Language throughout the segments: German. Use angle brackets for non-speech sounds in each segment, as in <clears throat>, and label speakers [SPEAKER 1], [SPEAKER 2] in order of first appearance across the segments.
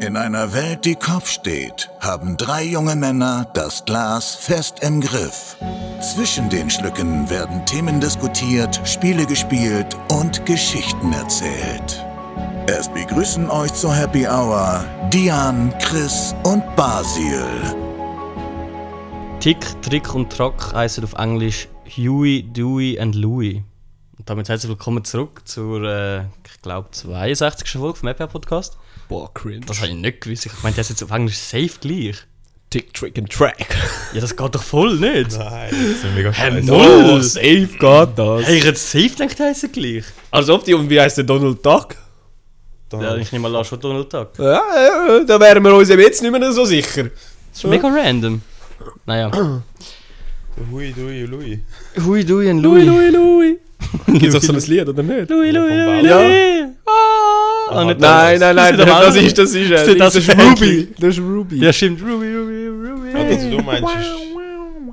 [SPEAKER 1] In einer Welt, die Kopf steht, haben drei junge Männer das Glas fest im Griff. Zwischen den Schlücken werden Themen diskutiert, Spiele gespielt und Geschichten erzählt. Es begrüßen euch zur Happy Hour Dian, Chris und Basil.
[SPEAKER 2] Tick, Trick und Trock heißen auf Englisch Huey, Dewey and Louie. Und damit herzlich willkommen zurück zur, äh, ich glaube, 62. Folge vom Apple Podcast.
[SPEAKER 3] Boah, cringe.
[SPEAKER 2] Das habe ich nicht gewusst. Ich meine, das ist jetzt auf Englisch safe gleich.
[SPEAKER 3] Tick, Trick and Track.
[SPEAKER 2] Ja, das geht doch voll nicht.
[SPEAKER 3] Nein, das ist mega
[SPEAKER 2] Hä,
[SPEAKER 3] scheiße.
[SPEAKER 2] null.
[SPEAKER 3] Oh, safe geht das.
[SPEAKER 2] Hey, ich hätte safe gedacht, heißen gleich.
[SPEAKER 3] Als ob die, und wie heißt der Donald Duck?
[SPEAKER 2] Ja, ich nehme mal an, schon Donald Duck.
[SPEAKER 3] Ja, ja, da wären wir uns eben jetzt nicht mehr so sicher.
[SPEAKER 2] Das ist mega random. Naja.
[SPEAKER 4] Hui, dui, lui.
[SPEAKER 2] Huey, Dewey and Louie. Louie,
[SPEAKER 3] Louis. Gibt es auch so ein Lied, oder nicht?
[SPEAKER 2] Louie, Louie,
[SPEAKER 4] Louie,
[SPEAKER 2] Louie.
[SPEAKER 4] Ah,
[SPEAKER 2] Ah,
[SPEAKER 4] nicht
[SPEAKER 3] Nein, nein, nein, das, das ist, das ist,
[SPEAKER 2] Das ist- das ist Ruby.
[SPEAKER 3] Das ist Ruby.
[SPEAKER 2] Ja, stimmt. Ruby, Ruby, Ruby.
[SPEAKER 4] Also du meinst, ist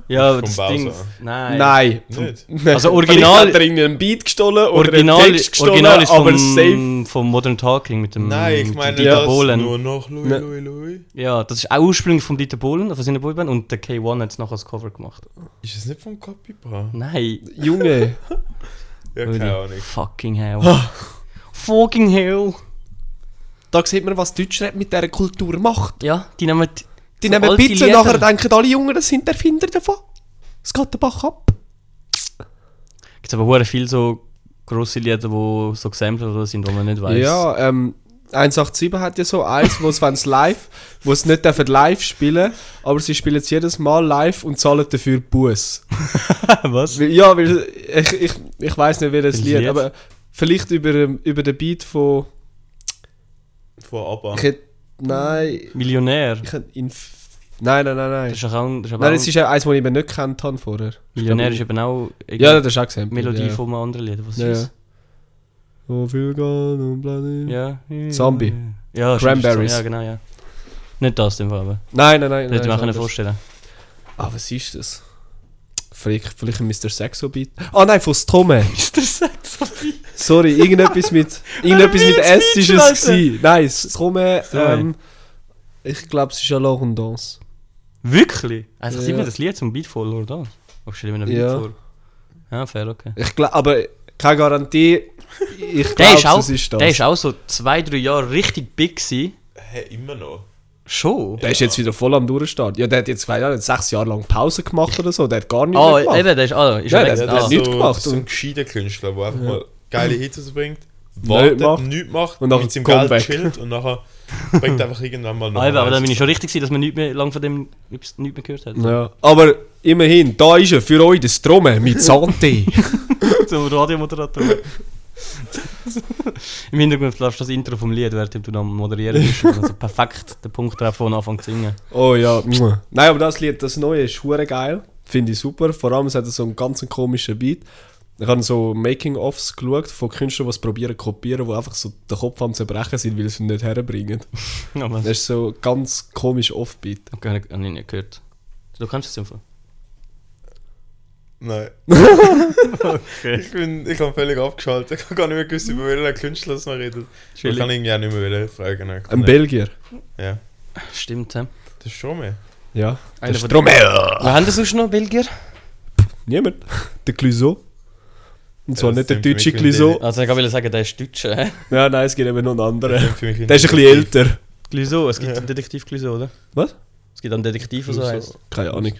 [SPEAKER 2] Ja,
[SPEAKER 4] Vom
[SPEAKER 2] das
[SPEAKER 4] Bowser.
[SPEAKER 2] Ding. Nein.
[SPEAKER 3] Nein.
[SPEAKER 4] nicht.
[SPEAKER 2] Also
[SPEAKER 3] Vielleicht
[SPEAKER 2] original,
[SPEAKER 3] hat er irgendwie einen Beat gestohlen oder einen
[SPEAKER 2] original,
[SPEAKER 3] Text gestohlen,
[SPEAKER 2] original ist
[SPEAKER 3] aber
[SPEAKER 2] vom,
[SPEAKER 3] safe.
[SPEAKER 2] vom Modern Talking mit dem
[SPEAKER 4] Nein, ich
[SPEAKER 2] mit dem
[SPEAKER 4] meine
[SPEAKER 2] Mm, Dieter
[SPEAKER 4] das
[SPEAKER 2] Bohlen.
[SPEAKER 4] nur noch Lui,
[SPEAKER 3] Ne.
[SPEAKER 4] Lui, Lui.
[SPEAKER 2] Ja, das ist auch ursprünglich von Dieter Bohlen, von seiner Boyband und der K1 hat es nachher als Cover gemacht.
[SPEAKER 4] Ist es nicht vom Copybar?
[SPEAKER 2] Nein.
[SPEAKER 3] Junge.
[SPEAKER 4] Ja,
[SPEAKER 2] Really?
[SPEAKER 4] keine Ahnung.
[SPEAKER 2] Fucking hell. Fucking hell.
[SPEAKER 3] Da sieht man, was Deutschrap mit dieser Kultur macht.
[SPEAKER 2] Ja, die nehmen...
[SPEAKER 3] Die
[SPEAKER 2] so
[SPEAKER 3] nehmen
[SPEAKER 2] alte
[SPEAKER 3] Pizza und
[SPEAKER 2] Lieder.
[SPEAKER 3] nachher denken alle Jungen, das sind Erfinder davon. Es geht der Bach ab.
[SPEAKER 2] Gibt aber hure viel so grosse Lieder, die so gesampelt oder sind, wo man nicht weiß.
[SPEAKER 3] Ja, ähm, 187 hat ja so eins, <laughs> wo es, wenn es live, wo es nicht dürfen live spielen, aber sie spielen es jedes Mal live und zahlen dafür Buß.
[SPEAKER 2] <laughs> Was?
[SPEAKER 3] Weil- Ja, weil ich, ich, ich weiß nicht, wie das
[SPEAKER 2] Welches
[SPEAKER 3] Lied,
[SPEAKER 2] Lied?
[SPEAKER 3] aber vielleicht über, ähm, über den Beat von.
[SPEAKER 4] Von
[SPEAKER 2] Oh.
[SPEAKER 4] ABBA.
[SPEAKER 3] Ich hätte, nein,
[SPEAKER 2] Millionär.
[SPEAKER 3] ich hätte Inf Nein, nein, nein,
[SPEAKER 2] Das
[SPEAKER 3] nein.
[SPEAKER 2] ist doch auch, das ist aber
[SPEAKER 3] Nein,
[SPEAKER 2] auch
[SPEAKER 3] das ist ja eins, das ich eben nicht kennt habe vorher.
[SPEAKER 2] Millionär ist eben auch
[SPEAKER 3] Ja, das ist auch gesehen.
[SPEAKER 2] die Melodie
[SPEAKER 3] ja.
[SPEAKER 2] von einem anderen Lied. Was
[SPEAKER 3] Ja,
[SPEAKER 2] ist
[SPEAKER 3] ja.
[SPEAKER 2] das?
[SPEAKER 3] So viel Gun und Blani.
[SPEAKER 2] Ja.
[SPEAKER 3] Zombie.
[SPEAKER 2] Ja, stimmt,
[SPEAKER 3] Cranberries.
[SPEAKER 2] Ja, genau, ja. Nicht das in dem Fall, aber.
[SPEAKER 3] Nein, nein, nein.
[SPEAKER 2] Das hätte ich mir auch können
[SPEAKER 3] nein, so anders.
[SPEAKER 2] vorstellen
[SPEAKER 3] Ah, was ist das? Vielleicht, vielleicht ein Mr. Saxo Beat. Ah nein,
[SPEAKER 2] <laughs>
[SPEAKER 3] von Stome.
[SPEAKER 2] Mr. Saxophon.
[SPEAKER 3] Sorry,
[SPEAKER 2] <laughs>
[SPEAKER 3] irgendetwas mit irgendetwas mit
[SPEAKER 2] Will
[SPEAKER 3] S
[SPEAKER 2] Smith,
[SPEAKER 3] ist es
[SPEAKER 2] Leute.
[SPEAKER 3] gewesen. Nein, Stome.
[SPEAKER 2] Stromae.
[SPEAKER 3] Ähm, ich glaube, es ist ja Laurendance.
[SPEAKER 2] Wirklich? Also, ich
[SPEAKER 3] Ja.
[SPEAKER 2] mir das Lied zum Beat voll, oder? Oder stell mir ein Beat
[SPEAKER 3] Ja.
[SPEAKER 2] vor? Ja, fair, okay.
[SPEAKER 3] Ich glaube, aber keine Garantie. Ich
[SPEAKER 2] Der ist,
[SPEAKER 3] glaube,
[SPEAKER 2] auch,
[SPEAKER 3] es ist das.
[SPEAKER 2] der ist auch so zwei, drei Jahre richtig big gewesen.
[SPEAKER 4] Hä, immer noch.
[SPEAKER 2] Schon? Ah,
[SPEAKER 3] Der ist jetzt wieder voll am Durchstart. Ja, der hat jetzt, ich weiß auch nicht, sechs Jahre lang Pause gemacht oder so. Der hat gar nichts
[SPEAKER 2] Ah,
[SPEAKER 3] mehr gemacht.
[SPEAKER 2] eben, der ist, ah, ist
[SPEAKER 3] Ja,
[SPEAKER 2] ja,
[SPEAKER 3] der-
[SPEAKER 2] weg.
[SPEAKER 3] der-
[SPEAKER 2] ah.
[SPEAKER 3] nichts gemacht.
[SPEAKER 4] So ein gescheiter Künstler, der einfach mal geile Hits rausbringt,
[SPEAKER 3] Nicht
[SPEAKER 4] wartet,
[SPEAKER 3] macht.
[SPEAKER 4] nichts macht,
[SPEAKER 3] Und nachher
[SPEAKER 4] mit seinem
[SPEAKER 3] Comeback.
[SPEAKER 4] Geld chillt und nachher bringt einfach irgendwann mal noch.
[SPEAKER 2] Ah, eben, aber
[SPEAKER 4] eins.
[SPEAKER 2] dann bin ich schon richtig gewesen, dass man nicht mehr lang von dem nichts nichts mehr gehört hat.
[SPEAKER 3] ja. Aber immerhin, da ist er für euch, der Strom mit Santi.
[SPEAKER 2] Zum Radiomoderator. Im Hintergrund lässt das Intro vom Lied, während du am Moderieren bist. Also perfekt den Punkt treffen, wo man anfängt zu singen.
[SPEAKER 3] Oh ja. Mua. Nein, aber das Lied, das neue ist hure geil. Finde ich super. Vor allem, es hat so einen ganz komischen Beat. Ich habe so Making-ofs geschaut von Künstlern, die es probieren zu kopieren, die einfach so den Kopf am zerbrechen sind, weil sie es nicht herbringen.
[SPEAKER 2] Aber
[SPEAKER 3] Das ist so ganz komisch Offbeat.
[SPEAKER 2] Okay, habe ich hab ich nicht gehört. Du kannst es einfach.
[SPEAKER 3] <laughs>
[SPEAKER 4] Nein. Ich, bin, ich habe völlig abgeschaltet. Ich habe gar nicht mehr gewusst, über welchen Künstler es noch redet. Ich kann
[SPEAKER 2] Chillig.
[SPEAKER 4] irgendwie auch nicht mehr wieder fragen. ne?
[SPEAKER 3] Ein Belgier.
[SPEAKER 4] Ja,
[SPEAKER 2] Stimmt, hä?
[SPEAKER 4] das ist schon mehr.
[SPEAKER 3] Ja.
[SPEAKER 2] Einer
[SPEAKER 3] Der
[SPEAKER 2] von-
[SPEAKER 3] Stromel.
[SPEAKER 2] Wir haben das sonst noch, Belgier?
[SPEAKER 3] Niemand. Der Clueso. Und zwar
[SPEAKER 4] Ja,
[SPEAKER 3] nicht
[SPEAKER 4] das
[SPEAKER 3] der
[SPEAKER 4] sind für mich
[SPEAKER 3] deutsche
[SPEAKER 4] Gründe,
[SPEAKER 3] Clueso.
[SPEAKER 2] Also ich wollte sagen, der ist Deutscher, hä?
[SPEAKER 3] Ja, nein, es gibt eben noch einen anderen.
[SPEAKER 4] Für mich
[SPEAKER 3] Der ist ein bisschen älter.
[SPEAKER 2] Clueso, es gibt
[SPEAKER 4] Ja.
[SPEAKER 2] einen Detektiv Clueso, oder?
[SPEAKER 3] Was?
[SPEAKER 2] Es gibt einen Detektiv, der so
[SPEAKER 4] Clueso.
[SPEAKER 2] heißt.
[SPEAKER 3] Keine Ahnung.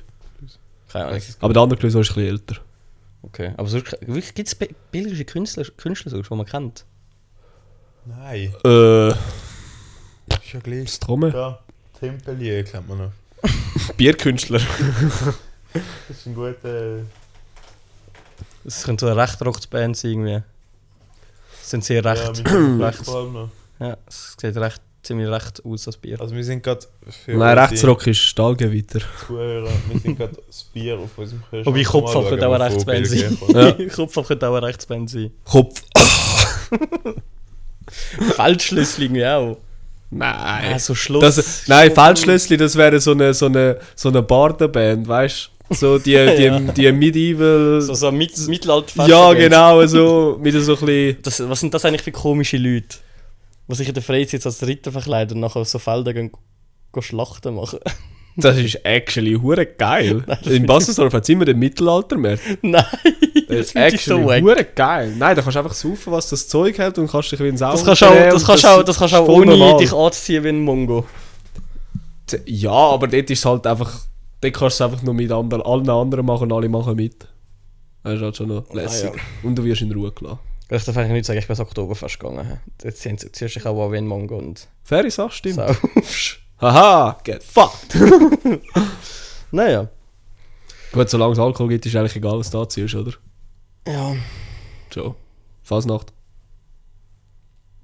[SPEAKER 2] Keine Ahnung.
[SPEAKER 3] Aber der andere Clueso ist ein bisschen älter.
[SPEAKER 2] Okay. Aber sonst, wirklich, gibt es belgische Künstler, Künstler sonst, die man kennt?
[SPEAKER 4] Nein,
[SPEAKER 3] Äh,
[SPEAKER 4] ist ja gleich.
[SPEAKER 3] Stromel.
[SPEAKER 4] Ja, Tempelier kennt man noch.
[SPEAKER 3] Bierkünstler.
[SPEAKER 4] Das ist ein guter.
[SPEAKER 2] Es könnte so eine recht Rocksband sein, irgendwie. Es sind sehr
[SPEAKER 4] Ja,
[SPEAKER 2] recht.
[SPEAKER 4] mit
[SPEAKER 2] <clears throat>
[SPEAKER 4] dem
[SPEAKER 2] Recht.
[SPEAKER 4] Blick vor allem noch.
[SPEAKER 2] Ja, es sieht recht, ziemlich recht aus, das Bier.
[SPEAKER 4] Also wir sind gerade für
[SPEAKER 3] <laughs> Nein,
[SPEAKER 4] unsere
[SPEAKER 3] Rechtsrock ist Stahlgewitter.
[SPEAKER 4] Zuhörer, wir sind gerade das Bier auf unserem Kühlschrank.
[SPEAKER 2] Wobei Oh, Kopf
[SPEAKER 4] Mal
[SPEAKER 2] könnte
[SPEAKER 4] schauen,
[SPEAKER 2] auch
[SPEAKER 4] wo
[SPEAKER 2] eine Rechtsband
[SPEAKER 4] Belgien
[SPEAKER 2] sein. <laughs>
[SPEAKER 4] kommt.
[SPEAKER 3] Ja.
[SPEAKER 2] Kopf könnte auch eine Rechtsband sein.
[SPEAKER 3] Kopf.
[SPEAKER 2] Feldschlüssel irgendwie auch.
[SPEAKER 3] Nein.
[SPEAKER 2] Ah, so Schluss.
[SPEAKER 3] das, nein, Feldschlössli, das wäre so eine, so eine, so eine Bardenband, weißt du? So
[SPEAKER 2] <laughs>
[SPEAKER 3] die, die,
[SPEAKER 2] Ja.
[SPEAKER 3] die Medieval.
[SPEAKER 2] So, so mit, mittelalter
[SPEAKER 3] ja, genau, so. Mit so ein bisschen.
[SPEAKER 2] Das, was sind das eigentlich für komische Leute? Was ich in der Freizeit als Ritter verkleide und nachher auf so Felder gehen, gehen Schlachten machen. <laughs>
[SPEAKER 3] Das ist actually hure geil. In Basselsdorf hat es immer den Mittelaltermarkt.
[SPEAKER 2] Nein, <laughs>
[SPEAKER 3] Das
[SPEAKER 2] das
[SPEAKER 3] ist
[SPEAKER 2] finde ich so
[SPEAKER 3] actually
[SPEAKER 2] wack.
[SPEAKER 3] hure geil. Nein, da kannst du einfach saufen, was das Zeug hält und kannst dich wie ein Sau
[SPEAKER 2] Das kannst du auch, das kannst du auch, das kannst du auch ohne dich anziehen wie ein Mongo.
[SPEAKER 3] Ja, aber dort ist es halt einfach... Dort kannst du es einfach nur mit anderen, allen anderen machen und alle machen mit. Das ist halt schon noch lässig.
[SPEAKER 2] Ah,
[SPEAKER 3] Und du wirst in Ruhe gelassen.
[SPEAKER 2] Ich darf eigentlich nicht sagen, ich bin ins Oktoberfest gegangen. Jetzt sind sie- ziehst du dich auch an wie ein Mongo und
[SPEAKER 3] Faire Sache, stimmt.
[SPEAKER 2] saufst.
[SPEAKER 3] Haha, get fucked.
[SPEAKER 2] <laughs> Naja.
[SPEAKER 3] Gut, solange es Alkohol gibt, ist eigentlich egal, was du anziehst, oder?
[SPEAKER 2] Ja.
[SPEAKER 3] So. Fasnacht.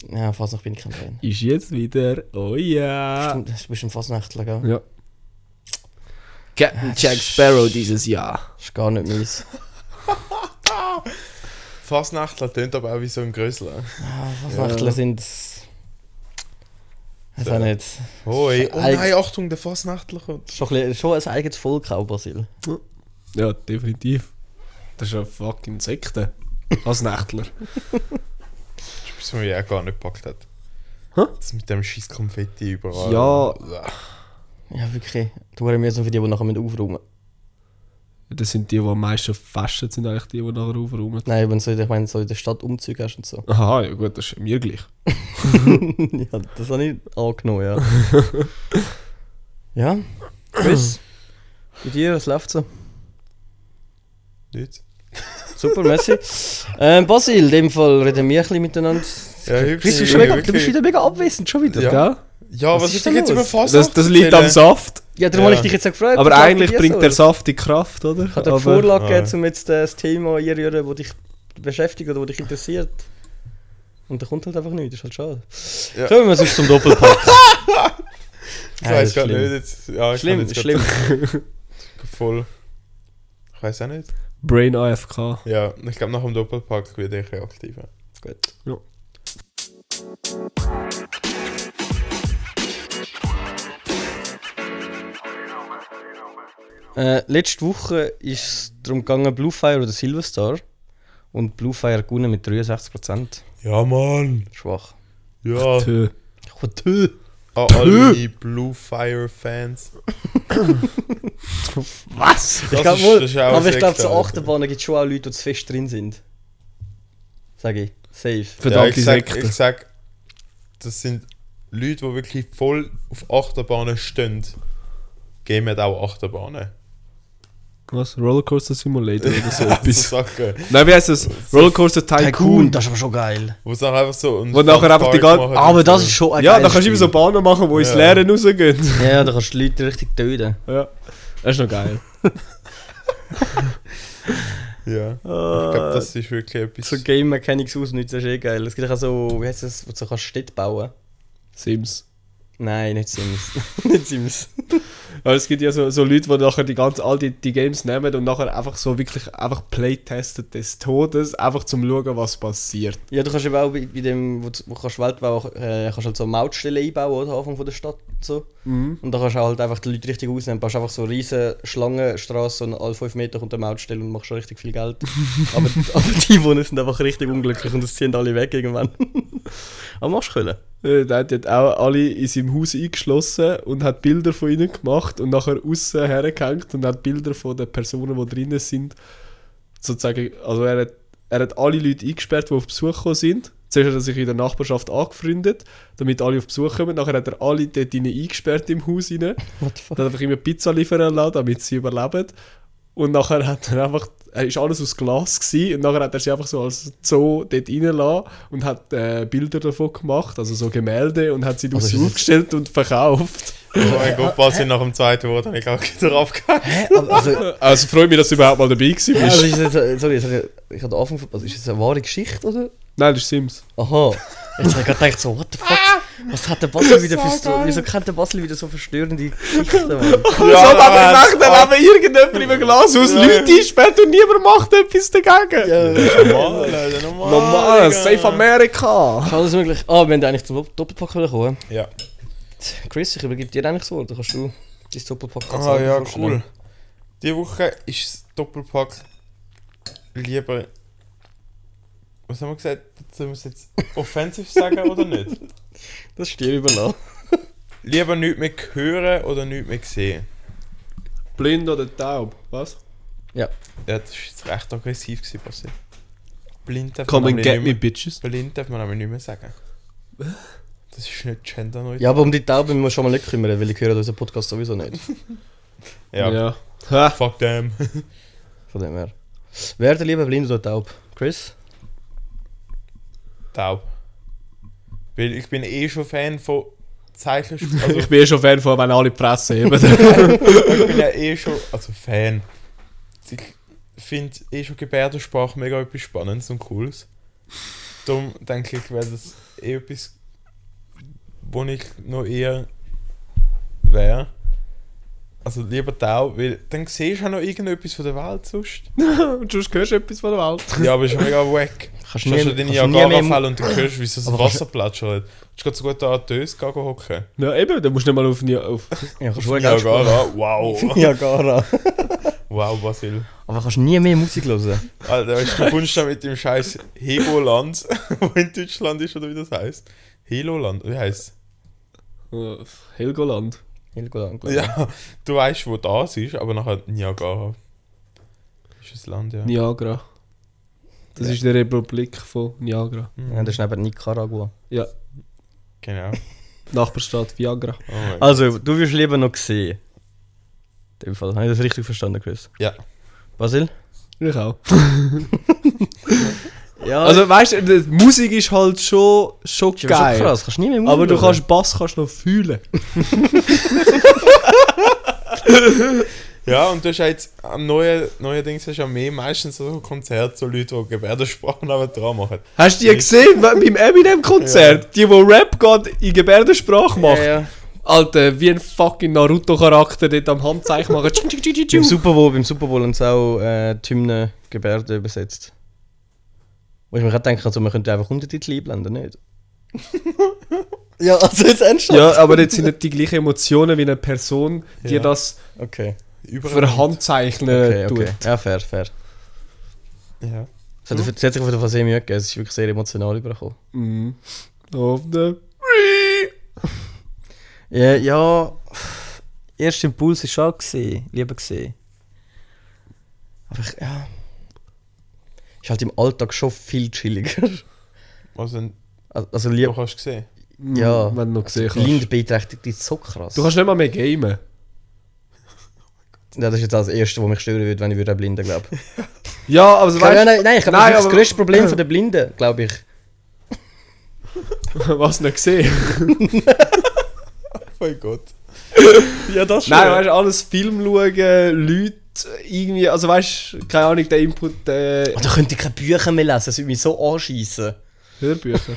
[SPEAKER 2] Ja, fast noch bin ich kein Fan.
[SPEAKER 3] Ist jetzt wieder... Oh ja.
[SPEAKER 2] Stimmt, du bist im Fasnächtler, gell?
[SPEAKER 3] Ja. Captain Jack Sparrow dieses Jahr.
[SPEAKER 2] Ist gar nicht <laughs> meins.
[SPEAKER 4] Fastnachtler tönt aber auch wie so ein Grössler.
[SPEAKER 2] Ah, Fasnächtler
[SPEAKER 3] Ja.
[SPEAKER 2] sind... Ich weiß auch nicht.
[SPEAKER 4] Hoi. Oh
[SPEAKER 2] Eig-
[SPEAKER 4] nein, Achtung, der Fastnachtler kommt.
[SPEAKER 2] Schon ein, bisschen, schon ein eigenes Volk auch, Brasil.
[SPEAKER 3] Ja, definitiv. Das ist eine fucking Sekte. Als Nächtler.
[SPEAKER 4] Das mir ja gar nicht gepackt hat.
[SPEAKER 3] Hä?
[SPEAKER 4] Das mit dem scheiß Konfetti überall.
[SPEAKER 3] Ja.
[SPEAKER 2] Ja, wirklich. Du wäre müssen für die, die nachher mit aufräumen.
[SPEAKER 3] Das sind die, die am meisten auf Festen sind, eigentlich die, die nachher aufräumen.
[SPEAKER 2] Nein, wenn so, in- ich meine, so in der Stadt Umzüge hast und so.
[SPEAKER 3] Aha, ja gut, das ist mir gleich.
[SPEAKER 2] ja, das habe ich angenommen, ja. ja. Chris, bei dir, was läuft so?
[SPEAKER 4] Nicht?
[SPEAKER 2] Super, merci. Ähm, Basil, in dem Fall reden wir ein bisschen miteinander.
[SPEAKER 4] Ja, hübsch.
[SPEAKER 2] Chris, du bist, schon mega, du bist wieder mega abwesend, schon wieder.
[SPEAKER 4] Ja. Ah,
[SPEAKER 3] Gell?
[SPEAKER 4] Ja, was,
[SPEAKER 2] ist
[SPEAKER 4] ist
[SPEAKER 2] denn
[SPEAKER 4] denn jetzt
[SPEAKER 2] los?
[SPEAKER 4] über Fasnacht?
[SPEAKER 3] Das, das liegt am
[SPEAKER 4] erzählen?
[SPEAKER 3] Saft.
[SPEAKER 2] Ja, darum habe ich
[SPEAKER 4] Ja.
[SPEAKER 2] dich jetzt auch gefragt.
[SPEAKER 3] Aber
[SPEAKER 2] was läuft
[SPEAKER 3] eigentlich
[SPEAKER 2] bei dir so?
[SPEAKER 3] bringt der Saft die Kraft, oder?
[SPEAKER 2] Ich habe dir eine
[SPEAKER 3] Aber-
[SPEAKER 2] Vorlage
[SPEAKER 4] Ah.
[SPEAKER 2] gegeben, um jetzt äh, das Thema einrühren, das dich beschäftigt oder das dich interessiert. Und da kommt halt einfach nichts, das ist halt schade.
[SPEAKER 4] Ja.
[SPEAKER 2] Kommen wir sonst zum Doppelpack.
[SPEAKER 4] Ich weiß gar
[SPEAKER 2] schlimm.
[SPEAKER 4] nicht. Jetzt, ja, ich kann
[SPEAKER 2] Schlimm,
[SPEAKER 4] jetzt
[SPEAKER 2] schlimm.
[SPEAKER 4] grad Voll. Ich weiß auch nicht.
[SPEAKER 3] <laughs> Brain AFK.
[SPEAKER 4] Ja, ich glaube, nach dem Doppelpack werde ich aktiv.
[SPEAKER 2] Gut.
[SPEAKER 3] Ja.
[SPEAKER 2] Äh, letzte Woche ist es darum gegangen, Bluefire oder Silverstar. Und Bluefire gewonnen mit 63%.
[SPEAKER 4] Ja, Mann.
[SPEAKER 2] Schwach.
[SPEAKER 4] Ja.
[SPEAKER 3] Tö.
[SPEAKER 2] Tö.
[SPEAKER 4] An alle die Blue Fire Fans.
[SPEAKER 3] Was?
[SPEAKER 4] Das
[SPEAKER 2] Ich glaub,
[SPEAKER 4] ist-
[SPEAKER 2] wohl,
[SPEAKER 4] das ist auch
[SPEAKER 2] aber ich
[SPEAKER 4] ein
[SPEAKER 2] glaube, zu
[SPEAKER 4] Sektor,
[SPEAKER 2] Achterbahnen gibt es schon auch Leute, die zu fest drin sind. Sag ich. Safe.
[SPEAKER 4] Ja,
[SPEAKER 3] Verdammte
[SPEAKER 4] ich, sag, ich
[SPEAKER 3] Sekte.
[SPEAKER 4] sag, das sind Leute, die wirklich voll auf Achterbahnen stehen. Gehen wir auch
[SPEAKER 3] <laughs>
[SPEAKER 4] Achterbahnen.
[SPEAKER 3] Was? Rollercoaster Simulator oder so
[SPEAKER 4] So
[SPEAKER 3] etwas.
[SPEAKER 4] Also Sachen.
[SPEAKER 3] Nein, wie heißt das? Rollercoaster Tycoon.
[SPEAKER 2] das ist aber schon geil.
[SPEAKER 4] Wo es nachher einfach so. einen
[SPEAKER 3] Wo nachher einfach die
[SPEAKER 4] Funpark
[SPEAKER 3] ganze-
[SPEAKER 4] machen
[SPEAKER 2] Aber
[SPEAKER 4] und
[SPEAKER 2] das
[SPEAKER 4] so.
[SPEAKER 2] ist schon ein
[SPEAKER 3] Ja, da
[SPEAKER 2] geiles
[SPEAKER 3] kannst du immer so
[SPEAKER 2] Spiel.
[SPEAKER 3] Bahnen machen, die ins
[SPEAKER 4] Ja.
[SPEAKER 3] Leere rausgehen. <laughs>
[SPEAKER 2] Ja, da kannst du die Leute richtig töten.
[SPEAKER 3] Ja. Das ist noch geil.
[SPEAKER 4] Ja. Ich glaube, das ist wirklich etwas.
[SPEAKER 2] So Game Mechanics ausnutzen ist eh geil. Es gibt auch so, wie heißt das, wo du so kannst Städte bauen
[SPEAKER 3] Sims.
[SPEAKER 2] Nein, nicht Sims. <laughs> nicht Sims.
[SPEAKER 3] Aber es gibt ja so, so Leute, die nachher die ganz, all die, die Games nehmen und nachher einfach so wirklich einfach Playtesten des Todes, einfach zum schauen, was passiert.
[SPEAKER 2] Ja, du kannst eben auch bei, bei dem, wo du wo kannst Weltbau, äh, kannst halt so Mautstellen einbauen, oder? Anfang von der Stadt und so. Und da kannst du halt einfach die Leute richtig ausnehmen. Du baust einfach so riesen Schlangenstraßen und alle 5 Meter kommt eine Mautstelle und machst schon richtig viel Geld. aber, aber die Einwohner sind einfach richtig unglücklich und das ziehen alle weg irgendwann. <laughs> aber machst du können.
[SPEAKER 3] Äh, Der hat jetzt auch alle in seinem Haus eingeschlossen und hat Bilder von ihnen gemacht und nachher außen hergehängt und hat Bilder von den Personen, die drinnen sind. Sozusagen, also er hat, er hat alle Leute eingesperrt, die auf Besuch gekommen sind. Zuerst hat er sich in der Nachbarschaft angefreundet, damit alle auf Besuch kommen. Nachher hat er alle dort drinnen eingesperrt im Haus rein.
[SPEAKER 2] What the fuck?
[SPEAKER 3] Dann hat einfach immer Pizza liefern lassen, damit sie überleben. Und nachher hat er einfach, er ist alles aus Glas gewesen, und nachher hat er sie einfach so als Zoo dort reingelassen und hat äh, Bilder davon gemacht, also so Gemälde, und hat sie
[SPEAKER 2] Also
[SPEAKER 3] draussen
[SPEAKER 2] ist es-
[SPEAKER 3] aufgestellt und verkauft.
[SPEAKER 4] Oh mein Gott, was sind nach dem zweiten Wort, habe ich auch wieder aufgehört.
[SPEAKER 2] Hä? Aber, also,
[SPEAKER 3] Also freut mich, dass du überhaupt mal dabei gewesen
[SPEAKER 2] Ja,
[SPEAKER 3] bist.
[SPEAKER 2] Also ist das, äh, sorry, jetzt habe ich, ich habe den Anfang verpasst. Ist das eine wahre Geschichte, oder?
[SPEAKER 3] Nein, das ist Sims.
[SPEAKER 2] Aha. Jetzt habe ich gerade gedacht, so, what the fuck? Was hat der Basel wieder für so, Wieso kennt der Basel wieder so verstörende Geschichten, Mann?
[SPEAKER 3] Ja, <laughs> so
[SPEAKER 4] aber
[SPEAKER 3] hat er
[SPEAKER 4] wenn's-
[SPEAKER 3] gedacht, aber irgendjemand im Glas aus
[SPEAKER 4] Ja.
[SPEAKER 3] Leute einsperrt und niemand macht etwas dagegen.
[SPEAKER 4] Normal, Alter, normal.
[SPEAKER 3] Normal,
[SPEAKER 4] Digga.
[SPEAKER 3] Safe America.
[SPEAKER 2] Alles möglich. Ah, wir haben eigentlich zum Dopp- Doppelpack wollen kommen.
[SPEAKER 4] Ja.
[SPEAKER 2] Chris, ich übergebe dir eigentlich das Wort. Dann kannst du dein Doppelpack ganz
[SPEAKER 4] Ah
[SPEAKER 2] selber
[SPEAKER 4] ja,
[SPEAKER 2] vorstellen.
[SPEAKER 4] cool. Diese Woche ist das Doppelpack lieber Was haben wir gesagt? Sollen wir es jetzt offensiv sagen oder nicht?
[SPEAKER 2] Das ist dir überlassen.
[SPEAKER 4] <laughs> Lieber nichts mehr hören oder nichts mehr sehen.
[SPEAKER 3] Blind oder taub? Was?
[SPEAKER 2] Ja.
[SPEAKER 4] Ja, das war jetzt recht aggressiv, gewesen, Basti. Blind darf
[SPEAKER 3] Come
[SPEAKER 4] man
[SPEAKER 3] and
[SPEAKER 4] nämlich
[SPEAKER 3] get
[SPEAKER 4] nicht mehr,
[SPEAKER 3] me, bitches.
[SPEAKER 4] Blind darf man nämlich nicht mehr sagen. Das ist nicht genderneutral.
[SPEAKER 2] ja, aber um die Tauben müssen wir schon mal nicht kümmern, weil ich höre unseren Podcast sowieso nicht.
[SPEAKER 4] Ja.
[SPEAKER 3] ja. Ha.
[SPEAKER 4] Fuck them. <laughs>
[SPEAKER 2] Von dem her. Wer der lieber blind oder taub? Chris?
[SPEAKER 4] Taub. Weil ich bin eh schon Fan von
[SPEAKER 3] <laughs>
[SPEAKER 4] Zeichensprache. Also
[SPEAKER 3] Ich bin eh schon Fan von, wenn alle die Presse heben. <laughs>
[SPEAKER 4] ich bin ja eh schon, also Fan. Ich finde eh schon Gebärdensprache mega etwas Spannendes und Cooles. Darum denke ich, wäre das eh etwas, wo ich noch eher wäre. Also lieber taub, weil dann siehst du auch noch irgendetwas von der Welt sonst.
[SPEAKER 3] Und sonst hörst du etwas von der Welt.
[SPEAKER 4] Ja, aber ist ja mega wack.
[SPEAKER 2] Kannst
[SPEAKER 4] Du hast schon
[SPEAKER 2] kannst
[SPEAKER 4] den
[SPEAKER 2] nie mehr-
[SPEAKER 4] Niagara-Fall und dann hörst du, wie so das
[SPEAKER 2] Aber kannst-
[SPEAKER 4] Wasser plätschert. Du kannst so gut da an die Döse gehen hocken.
[SPEAKER 3] Ja, eben, da musst du nicht mal auf, nie auf.
[SPEAKER 2] Ja, kannst du Niagara.
[SPEAKER 4] Niagara, wow.
[SPEAKER 2] Niagara.
[SPEAKER 4] Wow, Basil.
[SPEAKER 2] Aber kannst nie mehr Musik hören.
[SPEAKER 4] Alter, ich verwunsch da mit dem scheiß Hegoland, <laughs> wo in Deutschland ist, oder wie das heißt. Heloland, wie heißt
[SPEAKER 3] Äh, Helgoland.
[SPEAKER 2] Helgoland, glaub ich.
[SPEAKER 4] Ja, du weißt, wo das ist, aber nachher Niagara. Ist das Land, ja.
[SPEAKER 3] Niagara. Das ist die Republik von Niagara.
[SPEAKER 2] ja. Das ist neben Nicaragua.
[SPEAKER 3] Ja,
[SPEAKER 4] Genau.
[SPEAKER 3] Nachbarstaat Viagra.
[SPEAKER 4] Oh mein Gott.
[SPEAKER 2] Also, du wirst lieber noch sehen. In dem Fall. Habe ich das richtig verstanden, Chris?
[SPEAKER 4] Ja.
[SPEAKER 2] Basil?
[SPEAKER 3] Ich auch.
[SPEAKER 2] Ja,
[SPEAKER 3] Also weißt du, die Musik ist halt schon, schon
[SPEAKER 2] ist aber
[SPEAKER 3] geil.
[SPEAKER 2] schon krass. Kannst nie mehr Musik
[SPEAKER 3] Aber du
[SPEAKER 2] hören.
[SPEAKER 3] kannst Bass kannst noch fühlen.
[SPEAKER 4] Ja, und du hast ja jetzt äh, am neuen, neuerdings hast du ja mehr meistens so Konzerte, so Leute, die Gebärdensprachen aber dran machen.
[SPEAKER 3] Hast du die <laughs> gesehen beim beim Eminem-Konzert? Die, wo Rap geht, in Gebärdensprache macht.
[SPEAKER 2] Ja, ja.
[SPEAKER 3] Alter, wie ein fucking Naruto-Charakter dort am Handzeichen machen. Tsching, tsching, tsching, tsching,
[SPEAKER 2] Beim
[SPEAKER 3] tsching.
[SPEAKER 2] Super Bowl, beim Super Bowl haben sie auch äh, die Hymne Gebärden übersetzt. Wo ich mir gerade denken also, man könnte einfach Untertitel einblenden, nicht? <laughs> ja, also jetzt ernsthaft?
[SPEAKER 3] <laughs> ja, aber jetzt sind nicht die gleichen Emotionen wie eine Person, die
[SPEAKER 4] Ja.
[SPEAKER 3] das
[SPEAKER 2] Okay, Äh,
[SPEAKER 4] Überall.
[SPEAKER 3] für Handzeichnen
[SPEAKER 2] okay,
[SPEAKER 3] tut.
[SPEAKER 2] okay. Ja, fair, fair.
[SPEAKER 4] Ja.
[SPEAKER 2] Es hat, es hat sich auf jeden Fall sehr Mühe gegeben, es ist wirklich sehr emotional übergekommen.
[SPEAKER 3] Mhm. Auf der
[SPEAKER 2] Ja, ja, erster Impuls war schon, gewesen, lieber gesehen. Aber ich, ja... Ist halt im Alltag schon viel chilliger. <laughs>
[SPEAKER 4] Also,
[SPEAKER 2] Also
[SPEAKER 4] du
[SPEAKER 2] lieber...
[SPEAKER 4] hast gesehen.
[SPEAKER 2] Ja.
[SPEAKER 3] Hm, Wenn du noch gesehen
[SPEAKER 2] Blind
[SPEAKER 3] hast.
[SPEAKER 2] beeinträchtigt ist so krass.
[SPEAKER 3] Du kannst nicht mal mehr gamen.
[SPEAKER 2] Ja, das ist jetzt das Erste, was mich stören würde, wenn ich würde ein Blinden <laughs> glaube.
[SPEAKER 3] Ja, aber so
[SPEAKER 2] Nein,
[SPEAKER 3] weißt
[SPEAKER 2] nein, nein, ich glaube, das
[SPEAKER 3] Nein,
[SPEAKER 2] ist das
[SPEAKER 3] aber-
[SPEAKER 2] größte Problem <laughs> von der Blinden, glaube ich.
[SPEAKER 3] du, <laughs> was nicht gesehen.
[SPEAKER 4] Oh mein Gott.
[SPEAKER 2] Ja, das
[SPEAKER 3] Nein, weißt du, alles Film schauen, Leute irgendwie, also weißt du, keine Ahnung, der Input, äh,
[SPEAKER 2] Oder könnte ich keine Bücher mehr lesen, das würde mich so anschießen.
[SPEAKER 3] <laughs> Hörbücher.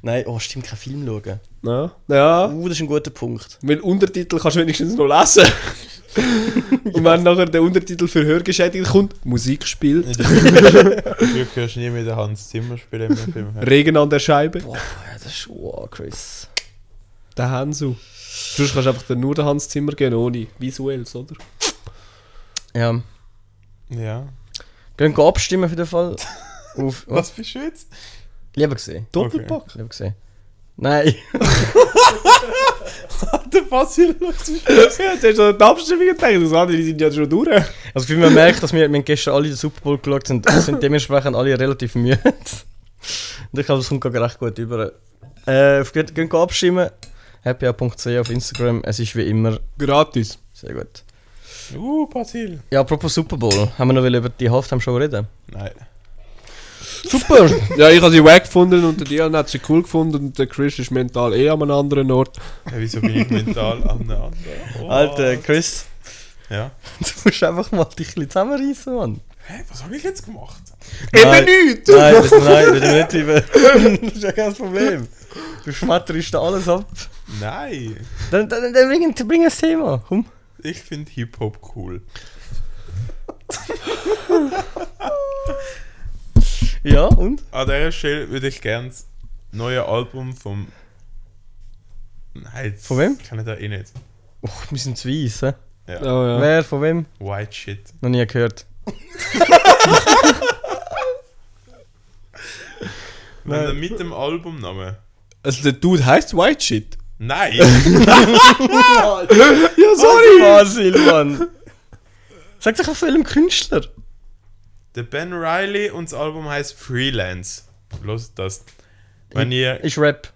[SPEAKER 2] Nein, oh, stimmt, kein Film schauen.
[SPEAKER 3] ja. ja.
[SPEAKER 2] Uh, das ist ein guter Punkt.
[SPEAKER 3] Weil Untertitel kannst du wenigstens noch lesen. <laughs> Und wenn nachher der Untertitel für Hörgeschädigte kommt, Musik spielt,
[SPEAKER 4] Dafür hörst du nie mehr den Hans Zimmer spielen im Film. <laughs>
[SPEAKER 3] Regen an der Scheibe,
[SPEAKER 2] Boah, Oh, ja, das ist wow, Chris.
[SPEAKER 3] der Hansu. Sonst kannst du einfach nur den Hans Zimmer gehen, ohne visuelles, oder?
[SPEAKER 2] Ja.
[SPEAKER 4] Ja.
[SPEAKER 2] Gehen wir abstimmen für den <laughs> Fall. Auf,
[SPEAKER 4] Was bist du jetzt?
[SPEAKER 2] Lieber gesehen.
[SPEAKER 3] Doppelpack.
[SPEAKER 2] Lieber gesehen. Nein.
[SPEAKER 4] Der Basil läuft
[SPEAKER 3] <laughs> Ja, jetzt hast du an die Abstimmung gedacht, das andere sind ja schon durch.
[SPEAKER 2] Also wie man merkt, dass wir, wir haben gestern alle den Super Bowl geschaut <coughs> sind, sind dementsprechend alle relativ müde. Und ich glaube, das kommt gerade recht gut über. Äh, geht- gehen wir abstimmen. happyhour.ch auf Instagram. Es ist wie immer
[SPEAKER 3] Gratis.
[SPEAKER 2] sehr gut.
[SPEAKER 4] Uh, Basil.
[SPEAKER 2] Ja, apropos Super Bowl. Haben wir noch über die Halftime Show reden?
[SPEAKER 4] Nein.
[SPEAKER 3] Super! <laughs> ja, ich habe sie wack gefunden und der Dian hat sie cool gefunden und der Chris ist mental eh an einem anderen Ort.
[SPEAKER 4] Ja, wieso bin ich mental am anderen? Oh.
[SPEAKER 2] Alter, Chris,
[SPEAKER 4] Ja.
[SPEAKER 2] du musst einfach mal dich ein bisschen zusammenreißen, Mann.
[SPEAKER 4] Hä, was habe ich jetzt gemacht?
[SPEAKER 2] Nein.
[SPEAKER 3] nicht!
[SPEAKER 2] Nein, das, nein, das nicht über. <laughs> Das ist ja kein Problem. Du schmetterst da alles ab.
[SPEAKER 4] Nein.
[SPEAKER 2] Dann, dann, dann bring, bring ein Thema. Komm.
[SPEAKER 4] Ich finde Hip-Hop cool.
[SPEAKER 2] Ja, und?
[SPEAKER 4] An dieser Stelle würde ich gerne das neue Album vom. Nein. das
[SPEAKER 2] Von wem?
[SPEAKER 4] Kann ich da eh nicht.
[SPEAKER 2] Och, wir sind zu weiss, hä?
[SPEAKER 4] Ja.
[SPEAKER 3] Oh, ja.
[SPEAKER 2] Wer, von wem?
[SPEAKER 4] White Shit.
[SPEAKER 2] Noch nie gehört.
[SPEAKER 4] Wenn er mit dem Albumnamen.
[SPEAKER 3] Also der Dude heißt White Shit.
[SPEAKER 4] Nein!
[SPEAKER 2] <laughs>
[SPEAKER 3] Ah. <laughs>
[SPEAKER 4] Oh,
[SPEAKER 3] Ja,
[SPEAKER 2] Basil, Mann. Sag doch auf welchem Künstler.
[SPEAKER 4] der Ben Riley und das Album heißt Freelance. Los das. Wenn ihr
[SPEAKER 2] Ist Rap.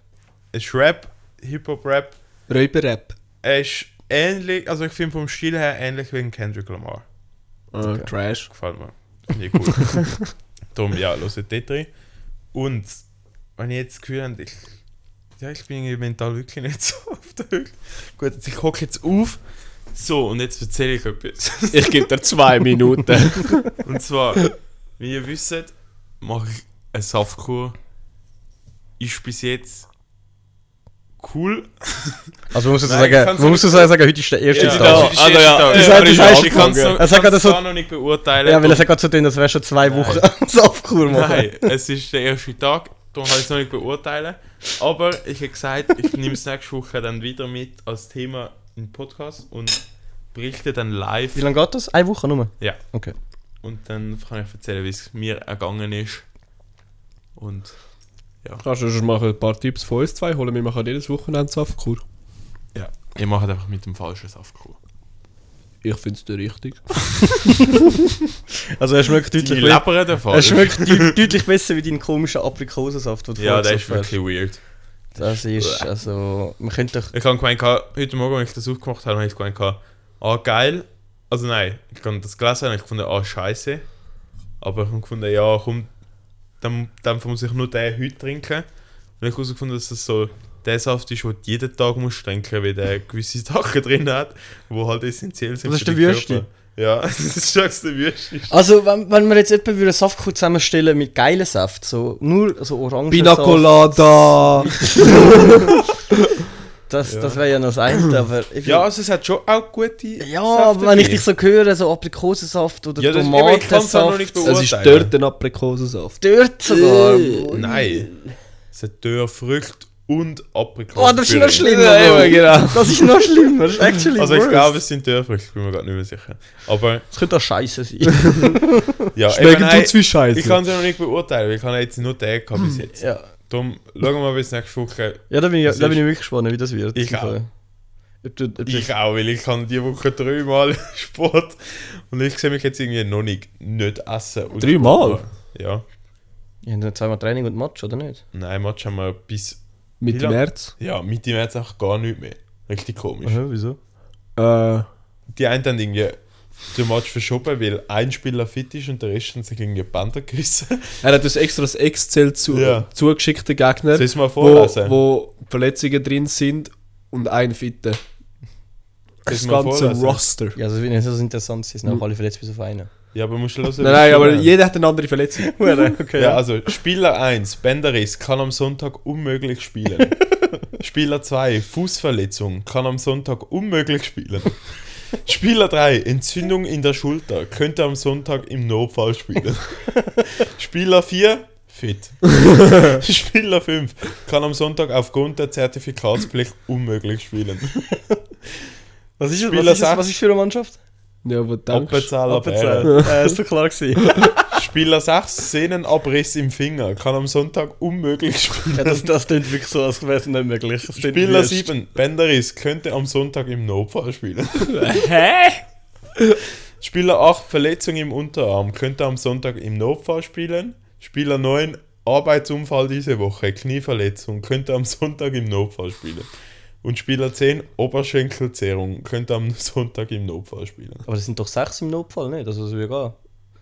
[SPEAKER 4] ist Rap, Hip-Hop-Rap,
[SPEAKER 3] Räuber-Rap.
[SPEAKER 4] er ist ähnlich, also ich finde vom Stil her ähnlich wie ein Kendrick Lamar.
[SPEAKER 3] Okay. Ah, Trash.
[SPEAKER 4] Gefällt mir. Finde ich cool. Darum, ja, los dort rein. Und wenn ich jetzt das Gefühl habe, ich, ja, ich bin irgendwie mental wirklich nicht so <laughs> auf der Höhe. Gut, jetzt, ich hocke jetzt auf. So, und jetzt erzähle ich etwas.
[SPEAKER 3] <laughs>
[SPEAKER 4] <laughs>
[SPEAKER 3] Ich gebe dir zwei <laughs> Minuten.
[SPEAKER 4] Und zwar, wie ihr wisst, mache ich eine Saftkur. Ist bis jetzt cool.
[SPEAKER 2] Also man muss
[SPEAKER 4] Nein, ich kann's
[SPEAKER 2] man muss
[SPEAKER 4] nicht-
[SPEAKER 2] dazu sagen, heute ist der erste
[SPEAKER 4] Ja.
[SPEAKER 2] Tag.
[SPEAKER 4] Also, ja,
[SPEAKER 2] das hat- das heißt-
[SPEAKER 4] ich kann es
[SPEAKER 2] Er sagt gerade so-
[SPEAKER 4] noch nicht beurteilen.
[SPEAKER 2] Ja, weil er sagt gerade so dünn, das wäre schon zwei Wochen als Aufkur machen.
[SPEAKER 4] Nein, es ist der erste Tag, darum kann ich es noch nicht beurteilen. Aber ich habe gesagt, ich nehme es nächste Woche dann wieder mit als Thema im Podcast und berichte dann live.
[SPEAKER 2] Wie lange geht das? Eine Woche nur?
[SPEAKER 4] Ja,
[SPEAKER 2] Okay.
[SPEAKER 4] und dann kann ich erzählen, wie es mir ergangen ist. Und
[SPEAKER 3] Kannst du schon machen ein paar Tipps von uns zwei holen? Wir machen jedes Wochenende Saftkur.
[SPEAKER 4] ja, ich mache einfach mit dem falschen Saftkuchen.
[SPEAKER 3] Ich finde es richtig.
[SPEAKER 2] Also er schmeckt
[SPEAKER 4] Die
[SPEAKER 2] deutlich, be
[SPEAKER 4] labern den
[SPEAKER 2] er
[SPEAKER 4] falsch.
[SPEAKER 2] schmeckt deut- deutlich besser wie dein komischer Aprikosensaft, den du
[SPEAKER 4] Ja,
[SPEAKER 2] vorher
[SPEAKER 4] der ist
[SPEAKER 2] gesagt hast.
[SPEAKER 4] wirklich weird.
[SPEAKER 2] Das ist, also, man könnte doch...
[SPEAKER 4] Ich habe gemeint, gehabt, heute Morgen, als ich das aufgemacht habe, habe ich gemeint, gehabt, ah geil. Also nein, ich habe das gelesen und ich gefunden, ah scheiße. Aber ich habe gefunden, ja komm, dann, dann muss ich nur den heute trinken. Und ich habe herausgefunden, dass das so der Saft ist, den du jeden Tag musst trinken weil <laughs> der gewisse Sachen drin hat, die halt essentiell sind
[SPEAKER 2] Das ist der
[SPEAKER 4] für den
[SPEAKER 2] Würste.
[SPEAKER 4] Körper. Ja, <laughs> das ist schon der Würste.
[SPEAKER 2] Also, wenn, wenn wir jetzt jemanden einen Saftkuchen zusammenstellen mit geilen Saft, so nur so
[SPEAKER 3] Pina
[SPEAKER 2] Orangensaft,
[SPEAKER 3] Colada!
[SPEAKER 2] das, das wäre ja noch das eine, aber... Ich
[SPEAKER 4] Ja, also es hat schon auch gute
[SPEAKER 2] ja
[SPEAKER 4] Säfte
[SPEAKER 2] aber wenn ich
[SPEAKER 4] drin.
[SPEAKER 2] dich so höre, so Aprikosensaft oder
[SPEAKER 4] Ja, das- eben, ich kann's auch noch nicht
[SPEAKER 2] Tomatensaft...
[SPEAKER 4] beurteilen.
[SPEAKER 3] Es ist dort ein Aprikosensaft.
[SPEAKER 2] Dort sogar!
[SPEAKER 4] Nein, es hat Dörrfrüchte und Aprikosen.
[SPEAKER 2] Oh, das ist noch schlimmer,
[SPEAKER 3] Ja,
[SPEAKER 2] Bro.
[SPEAKER 3] eben, genau.
[SPEAKER 2] Das ist noch schlimmer, das ist actually
[SPEAKER 4] Also ich
[SPEAKER 2] worse.
[SPEAKER 4] glaube, es sind Dörrfrüchte, ich bin mir gerade nicht mehr sicher. Aber
[SPEAKER 2] Es könnte auch scheiße sein.
[SPEAKER 4] ja,
[SPEAKER 3] Schmecken tut's Hm,
[SPEAKER 4] eben, nein,
[SPEAKER 3] wie Scheiße.
[SPEAKER 4] Ich kann es ja noch nicht beurteilen, weil ich habe jetzt nur den gehabt bis jetzt.
[SPEAKER 2] <laughs> ja.
[SPEAKER 4] Darum schauen wir mal bis nächste Woche.
[SPEAKER 2] ja, da bin ich,
[SPEAKER 4] Das
[SPEAKER 2] da bin
[SPEAKER 4] ist-
[SPEAKER 2] ich wirklich gespannt, wie das wird.
[SPEAKER 4] Ich auch.
[SPEAKER 2] Ob du, ob du,
[SPEAKER 4] Ich auch, weil ich kann die Woche dreimal <laughs> Sport und ich sehe mich jetzt irgendwie noch nicht, nicht essen. Und-
[SPEAKER 3] Dreimal?
[SPEAKER 4] Ja.
[SPEAKER 2] Ihr habt ja zweimal Training und Match, oder nicht?
[SPEAKER 4] Nein, Match haben wir bis...
[SPEAKER 3] Mit
[SPEAKER 4] Pila-
[SPEAKER 3] dem März.
[SPEAKER 4] Ja, mit dem jetzt auch gar nicht mehr. Richtig komisch.
[SPEAKER 3] Mhm.
[SPEAKER 2] wieso?
[SPEAKER 3] Äh,
[SPEAKER 4] Die einen dann irgendwie den Match verschoben, weil ein Spieler fit ist und der Rest hat sich irgendwie Panther gerissen.
[SPEAKER 3] Er hat uns extra das Excel zu,
[SPEAKER 4] Ja.
[SPEAKER 3] zugeschickten Gegner,
[SPEAKER 4] Soll ich's mal
[SPEAKER 3] wo,
[SPEAKER 4] vorlesen?
[SPEAKER 3] wo Verletzungen drin sind und ein Fitte. Das
[SPEAKER 4] ich's mal
[SPEAKER 3] ganze
[SPEAKER 4] vorlesen?
[SPEAKER 3] Roster.
[SPEAKER 2] Ja, also, wenn es so interessant ist, sind auch alle verletzt bis auf einen.
[SPEAKER 4] Ja, aber musst du hören.
[SPEAKER 3] Nein, nein, aber jeder hat eine andere Verletzung.
[SPEAKER 2] okay.
[SPEAKER 4] <laughs> Ja, also Spieler 1, Bänderriss, kann am Sonntag unmöglich spielen. Spieler 2, Fußverletzung, kann am Sonntag unmöglich spielen. Spieler 3, Entzündung in der Schulter, könnte am Sonntag im Notfall spielen. Spieler 4, fit. Spieler 5, kann am Sonntag aufgrund der Zertifikatspflicht unmöglich spielen.
[SPEAKER 2] Was ist,
[SPEAKER 4] Spieler
[SPEAKER 2] was, ist,
[SPEAKER 4] sechs.
[SPEAKER 2] was ist für eine Mannschaft?
[SPEAKER 3] Ja, wo denkst du?
[SPEAKER 4] Appenzell, Bären. <laughs>
[SPEAKER 2] äh, ist doch klar gewesen.
[SPEAKER 4] Spieler 6, Sehnenabriss im Finger, kann am Sonntag unmöglich spielen.
[SPEAKER 2] ja, das, das klingt wirklich so, als wäre es nicht möglich. Das klingt
[SPEAKER 4] Spieler
[SPEAKER 2] wüst.
[SPEAKER 4] 7, Benderis könnte am Sonntag im Notfall <laughs> spielen.
[SPEAKER 3] Hä?
[SPEAKER 4] Spieler 8, Verletzung im Unterarm, könnte am Sonntag im Notfall spielen. Spieler 9, Arbeitsunfall diese Woche, Knieverletzung, könnte am Sonntag im Notfall spielen. Und Spieler 10, Oberschenkelzerrung, könnte am Sonntag im Notfall spielen.
[SPEAKER 2] Aber das sind doch sechs im Notfall, ne? Das ist egal.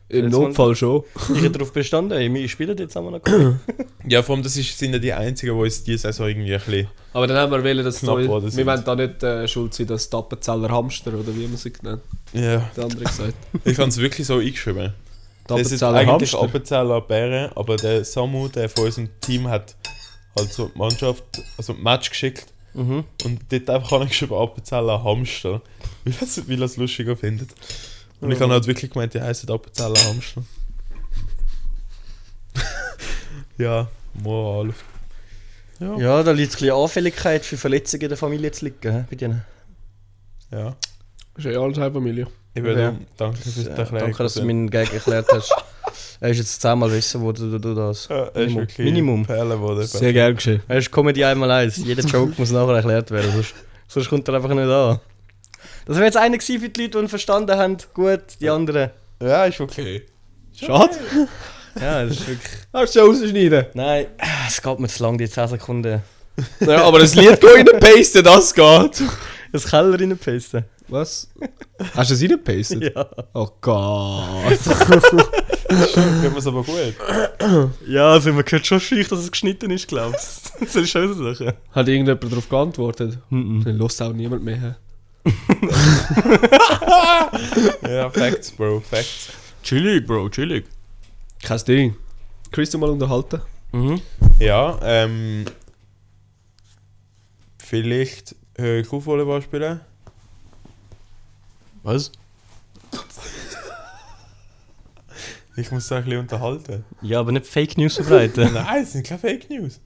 [SPEAKER 3] Im
[SPEAKER 2] Jetzt
[SPEAKER 3] Notfall schon.
[SPEAKER 2] Ich hätte darauf bestanden, ey, wir spielen jetzt einmal noch. gar nicht.
[SPEAKER 4] Ja, vor allem, das ist, sind ja die einzigen, die uns diese Saison irgendwie ein bisschen.
[SPEAKER 3] Aber dann haben wir wählen, dass
[SPEAKER 4] Knapp
[SPEAKER 3] wir,
[SPEAKER 4] geworden sind.
[SPEAKER 3] wir wollen da nicht äh, schuld sein, dass die Appenzeller Hamster oder wie man sie nennt.
[SPEAKER 4] Ja,
[SPEAKER 3] Der andere gesagt.
[SPEAKER 4] ich habe es wirklich so eingeschrieben.
[SPEAKER 3] Die
[SPEAKER 4] <laughs> Das ist
[SPEAKER 3] Appenzeller
[SPEAKER 4] eigentlich
[SPEAKER 3] Hamster.
[SPEAKER 4] Appenzeller Bären, aber der Samu, der von unserem Team hat halt so die Mannschaft, also ein Match geschickt und dort einfach angeschrieben Appenzeller Hamster, <laughs> weil er es weil er's lustiger findet. Und ich habe halt wirklich gemeint, die heißen Appenzeller Hamster. <laughs> ja, Moral.
[SPEAKER 2] ja, da liegt ein bisschen Anfälligkeit für Verletzungen in der Familie zu liegen, hä, bei denen.
[SPEAKER 4] Ja.
[SPEAKER 3] Ist ja alles eine Familie.
[SPEAKER 4] Ich würde
[SPEAKER 2] Ja.
[SPEAKER 4] danke fürs
[SPEAKER 2] Ja, <laughs>
[SPEAKER 4] Erklären.
[SPEAKER 2] danke, dass du meinen Gag erklärt hast. Er ist jetzt zehnmal wissen worden durch das.
[SPEAKER 4] Ja, das ist
[SPEAKER 2] Minimum.
[SPEAKER 4] wirklich
[SPEAKER 2] Minimum.
[SPEAKER 4] Perle geworden.
[SPEAKER 3] Sehr gern geschehen.
[SPEAKER 2] Er ist Comedy einmal eins. Jeder Joke muss nachher erklärt werden, sonst, sonst kommt er einfach nicht an. Das wäre jetzt einer gewesen für die Leute, die ihn verstanden haben. Gut, die anderen.
[SPEAKER 4] Ja, ist okay.
[SPEAKER 3] Schade.
[SPEAKER 2] Ja, das ist wirklich.
[SPEAKER 3] Hast du rausschneiden?
[SPEAKER 2] Nein, es geht mir zu lang, die 10 Sekunden.
[SPEAKER 3] Ja, aber das Lied go reinpasten, das geht.
[SPEAKER 2] Das Keller reinpissen.
[SPEAKER 3] Was? Hast du es reingepastet? <laughs>
[SPEAKER 2] Ja.
[SPEAKER 3] Oh Gott.
[SPEAKER 4] Können wir es aber gut.
[SPEAKER 2] <clears throat> Ja, also man hört schon schlecht, dass es geschnitten ist, glaubst du? <laughs> Das ist schon so eine Sache.
[SPEAKER 3] <laughs> Hat irgendjemand darauf geantwortet? Dann lässt auch niemand mehr.
[SPEAKER 4] Ja, Facts, Bro, Facts.
[SPEAKER 2] Chillig, Bro, chillig.
[SPEAKER 3] Kein Ding. Chris, du mal unterhalten?
[SPEAKER 2] Mhm.
[SPEAKER 4] Ja, ähm. Vielleicht höre ich auf Volleyball spielen.
[SPEAKER 2] Was?
[SPEAKER 4] <laughs> Ich muss da ein bisschen unterhalten.
[SPEAKER 2] Ja, aber nicht Fake News verbreiten.
[SPEAKER 4] Nein, das sind keine Fake News.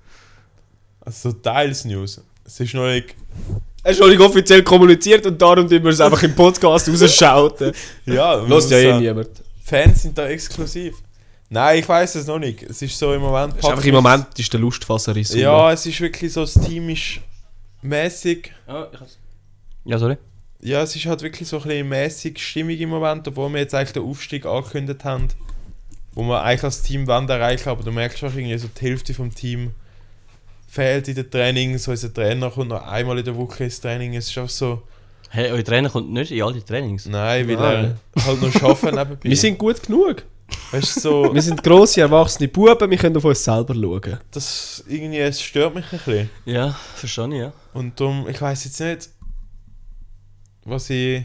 [SPEAKER 4] Also so teils News. Es ist noch nicht.
[SPEAKER 3] Er ist noch nicht offiziell kommuniziert und darum tun wir es einfach im Podcast rausschauten. <laughs>
[SPEAKER 4] Ja, man
[SPEAKER 3] Los
[SPEAKER 4] muss
[SPEAKER 3] ja eh
[SPEAKER 4] sagen,
[SPEAKER 3] niemand.
[SPEAKER 4] Fans sind da exklusiv. Nein, ich weiß es noch nicht. Es ist so im Moment.
[SPEAKER 3] Ist einfach im Moment ist der Lustfasser in
[SPEAKER 4] Ja, es ist wirklich so, das Team ist mäßig.
[SPEAKER 2] ja, sorry.
[SPEAKER 4] Ja, es ist halt wirklich so ein bisschen mäßig Stimmung im Moment, obwohl wir jetzt eigentlich den Aufstieg angekündigt haben, wo wir eigentlich als Team wollen erreichen, aber du merkst auch irgendwie so die Hälfte vom Team fehlt in den Trainings, unser Trainer kommt noch einmal in der Woche ins Training, es ist auch so,
[SPEAKER 2] Hey, euer Trainer kommt nicht in alle Trainings.
[SPEAKER 4] nein, weil
[SPEAKER 3] Nein.
[SPEAKER 4] er halt noch arbeiten nebenbei.
[SPEAKER 3] Wir sind gut genug.
[SPEAKER 4] weißt du, so,
[SPEAKER 3] Wir sind grosse, erwachsene Buben, wir können auf uns selber schauen.
[SPEAKER 4] das irgendwie, es stört mich ein bisschen.
[SPEAKER 2] Ja, verstehe ich, ja.
[SPEAKER 4] Und darum, ich weiß jetzt nicht, was ich.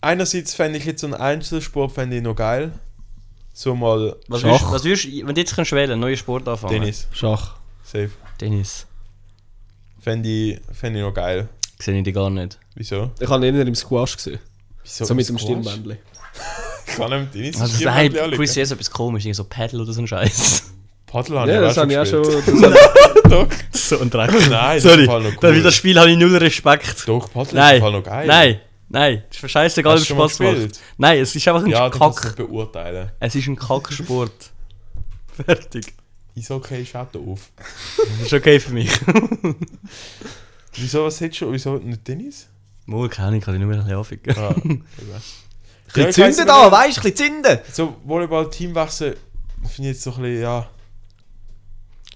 [SPEAKER 4] Einerseits fände ich jetzt so einen Einzelsport fände ich noch geil. So mal
[SPEAKER 2] Was
[SPEAKER 3] Schach.
[SPEAKER 2] würdest, was würdest, wenn du jetzt kannst wählen, neue Sport anfangen.
[SPEAKER 4] Tennis.
[SPEAKER 3] Schach.
[SPEAKER 4] Safe.
[SPEAKER 2] Tennis.
[SPEAKER 4] Fände ich, fänd ich noch geil.
[SPEAKER 2] Sehe ich dich gar nicht.
[SPEAKER 4] Wieso?
[SPEAKER 3] Ich habe ihn eher im Squash gesehen.
[SPEAKER 4] Wieso
[SPEAKER 3] so mit dem
[SPEAKER 4] Squash?
[SPEAKER 3] Stirnbändchen.
[SPEAKER 4] Ich kann nicht Tennis.
[SPEAKER 2] Also
[SPEAKER 4] Stirnbändchen
[SPEAKER 2] nein,
[SPEAKER 4] anlegen.
[SPEAKER 2] Chris ist etwas komisch, irgendwie so Paddle oder so ein Scheiß.
[SPEAKER 4] Paddel habe
[SPEAKER 3] Ja, das habe ich auch
[SPEAKER 4] ich
[SPEAKER 3] schon.
[SPEAKER 4] auch schon.
[SPEAKER 3] Das hat,
[SPEAKER 2] <laughs> so ein Dreck.
[SPEAKER 4] gespielt. Nein, das ist
[SPEAKER 2] Sorry,
[SPEAKER 4] im Fall noch
[SPEAKER 2] das,
[SPEAKER 4] cool.
[SPEAKER 2] das Spiel habe ich null Respekt.
[SPEAKER 4] Doch, Paddel ist
[SPEAKER 2] nein,
[SPEAKER 4] im Fall noch geil.
[SPEAKER 2] nein, nein, das ist scheißegal,
[SPEAKER 4] Hast
[SPEAKER 2] ob
[SPEAKER 4] du schon mal
[SPEAKER 2] Spaß macht.
[SPEAKER 4] gespielt?
[SPEAKER 2] Nein, es ist einfach ein
[SPEAKER 4] Ja, du kannst es
[SPEAKER 2] Kack.
[SPEAKER 4] beurteilen.
[SPEAKER 2] Es ist ein Kacksport. <laughs> Fertig.
[SPEAKER 4] Eishockey ist auch doof.
[SPEAKER 2] Das ist okay für mich. <laughs>
[SPEAKER 4] Wieso, was hättest du? Wieso nicht Tennis?
[SPEAKER 2] Mal keine, kann ich nur mehr ein bisschen anficken.
[SPEAKER 4] Ah, eben.
[SPEAKER 3] ein
[SPEAKER 4] Ja,
[SPEAKER 3] bisschen
[SPEAKER 4] ich weiss
[SPEAKER 3] zünden
[SPEAKER 4] aber
[SPEAKER 3] da, weißt
[SPEAKER 4] nicht-
[SPEAKER 3] du, ein bisschen zünden.
[SPEAKER 4] So, Volleyball-Teamwechsel finde ich jetzt so ein bisschen, ja.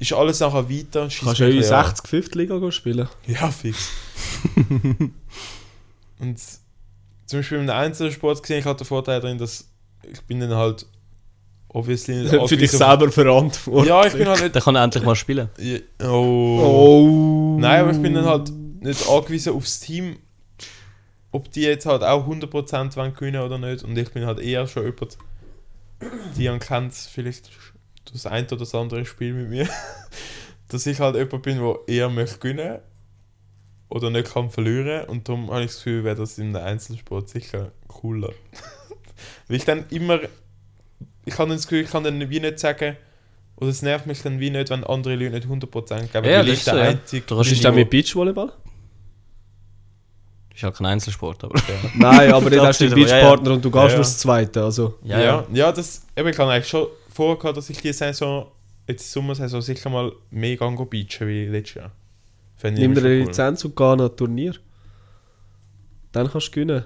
[SPEAKER 4] Ist alles nachher weiter? schiesst
[SPEAKER 3] Kannst
[SPEAKER 4] mich
[SPEAKER 3] du
[SPEAKER 4] ein
[SPEAKER 3] auch in
[SPEAKER 4] bisschen an.
[SPEAKER 3] 60 5 Liga spielen?
[SPEAKER 4] Ja, fix.
[SPEAKER 3] <laughs>
[SPEAKER 4] Und s- zum Beispiel im Einzelsport gesehen, ich hatte den Vorteil drin, dass ich bin dann halt obviously
[SPEAKER 3] <laughs>
[SPEAKER 4] nicht
[SPEAKER 3] Für dich
[SPEAKER 4] angewiesen-
[SPEAKER 3] selber verantwortlich.
[SPEAKER 4] Ja, ich bin halt
[SPEAKER 2] Dann kann er endlich mal spielen.
[SPEAKER 4] nicht. Ja, Oh.
[SPEAKER 3] Oh.
[SPEAKER 4] Nein, aber ich bin dann halt nicht angewiesen aufs Team, ob die jetzt halt auch 100% wollen können oder nicht. Und ich bin halt eher schon jemand, die dann kennt vielleicht das ein oder das andere Spiel mit mir. <laughs> Dass ich halt jemand bin, der eher möchte gewinnen oder nicht kann verlieren. Und darum habe ich das Gefühl, wäre das in der Einzelsport sicher cooler. <laughs> Weil ich dann immer, ich habe dann das Gefühl, ich kann dann wie nicht sagen, oder es nervt mich dann wie nicht, wenn andere Leute nicht 100% geben,
[SPEAKER 2] Ja,
[SPEAKER 4] weil
[SPEAKER 2] das
[SPEAKER 4] ich
[SPEAKER 2] ist
[SPEAKER 4] der
[SPEAKER 2] so, ja.
[SPEAKER 4] Einzige
[SPEAKER 2] Du
[SPEAKER 3] Was
[SPEAKER 2] kannst
[SPEAKER 3] ist denn mit Beachvolleyball?
[SPEAKER 2] Ist halt kein Einzelsport, aber.
[SPEAKER 3] <laughs> Nein, aber dann
[SPEAKER 2] Das
[SPEAKER 3] hast du
[SPEAKER 2] stimmt,
[SPEAKER 3] einen
[SPEAKER 2] aber, ja,
[SPEAKER 3] Beachpartner und du gehst
[SPEAKER 4] Ja,
[SPEAKER 3] nur
[SPEAKER 4] ja.
[SPEAKER 3] das Zweite. Also.
[SPEAKER 4] Ja, ja. ja das, eben, ich habe eigentlich schon vorgehabt, dass ich die Saison, jetzt die Sommersaison, sicher mal mehr gehen go beachen wie letztes Jahr. Fände ich
[SPEAKER 3] Nimm dir
[SPEAKER 4] schon
[SPEAKER 3] eine
[SPEAKER 4] cool.
[SPEAKER 3] Lizenz und geh an ein Turnier. Dann kannst du gewinnen.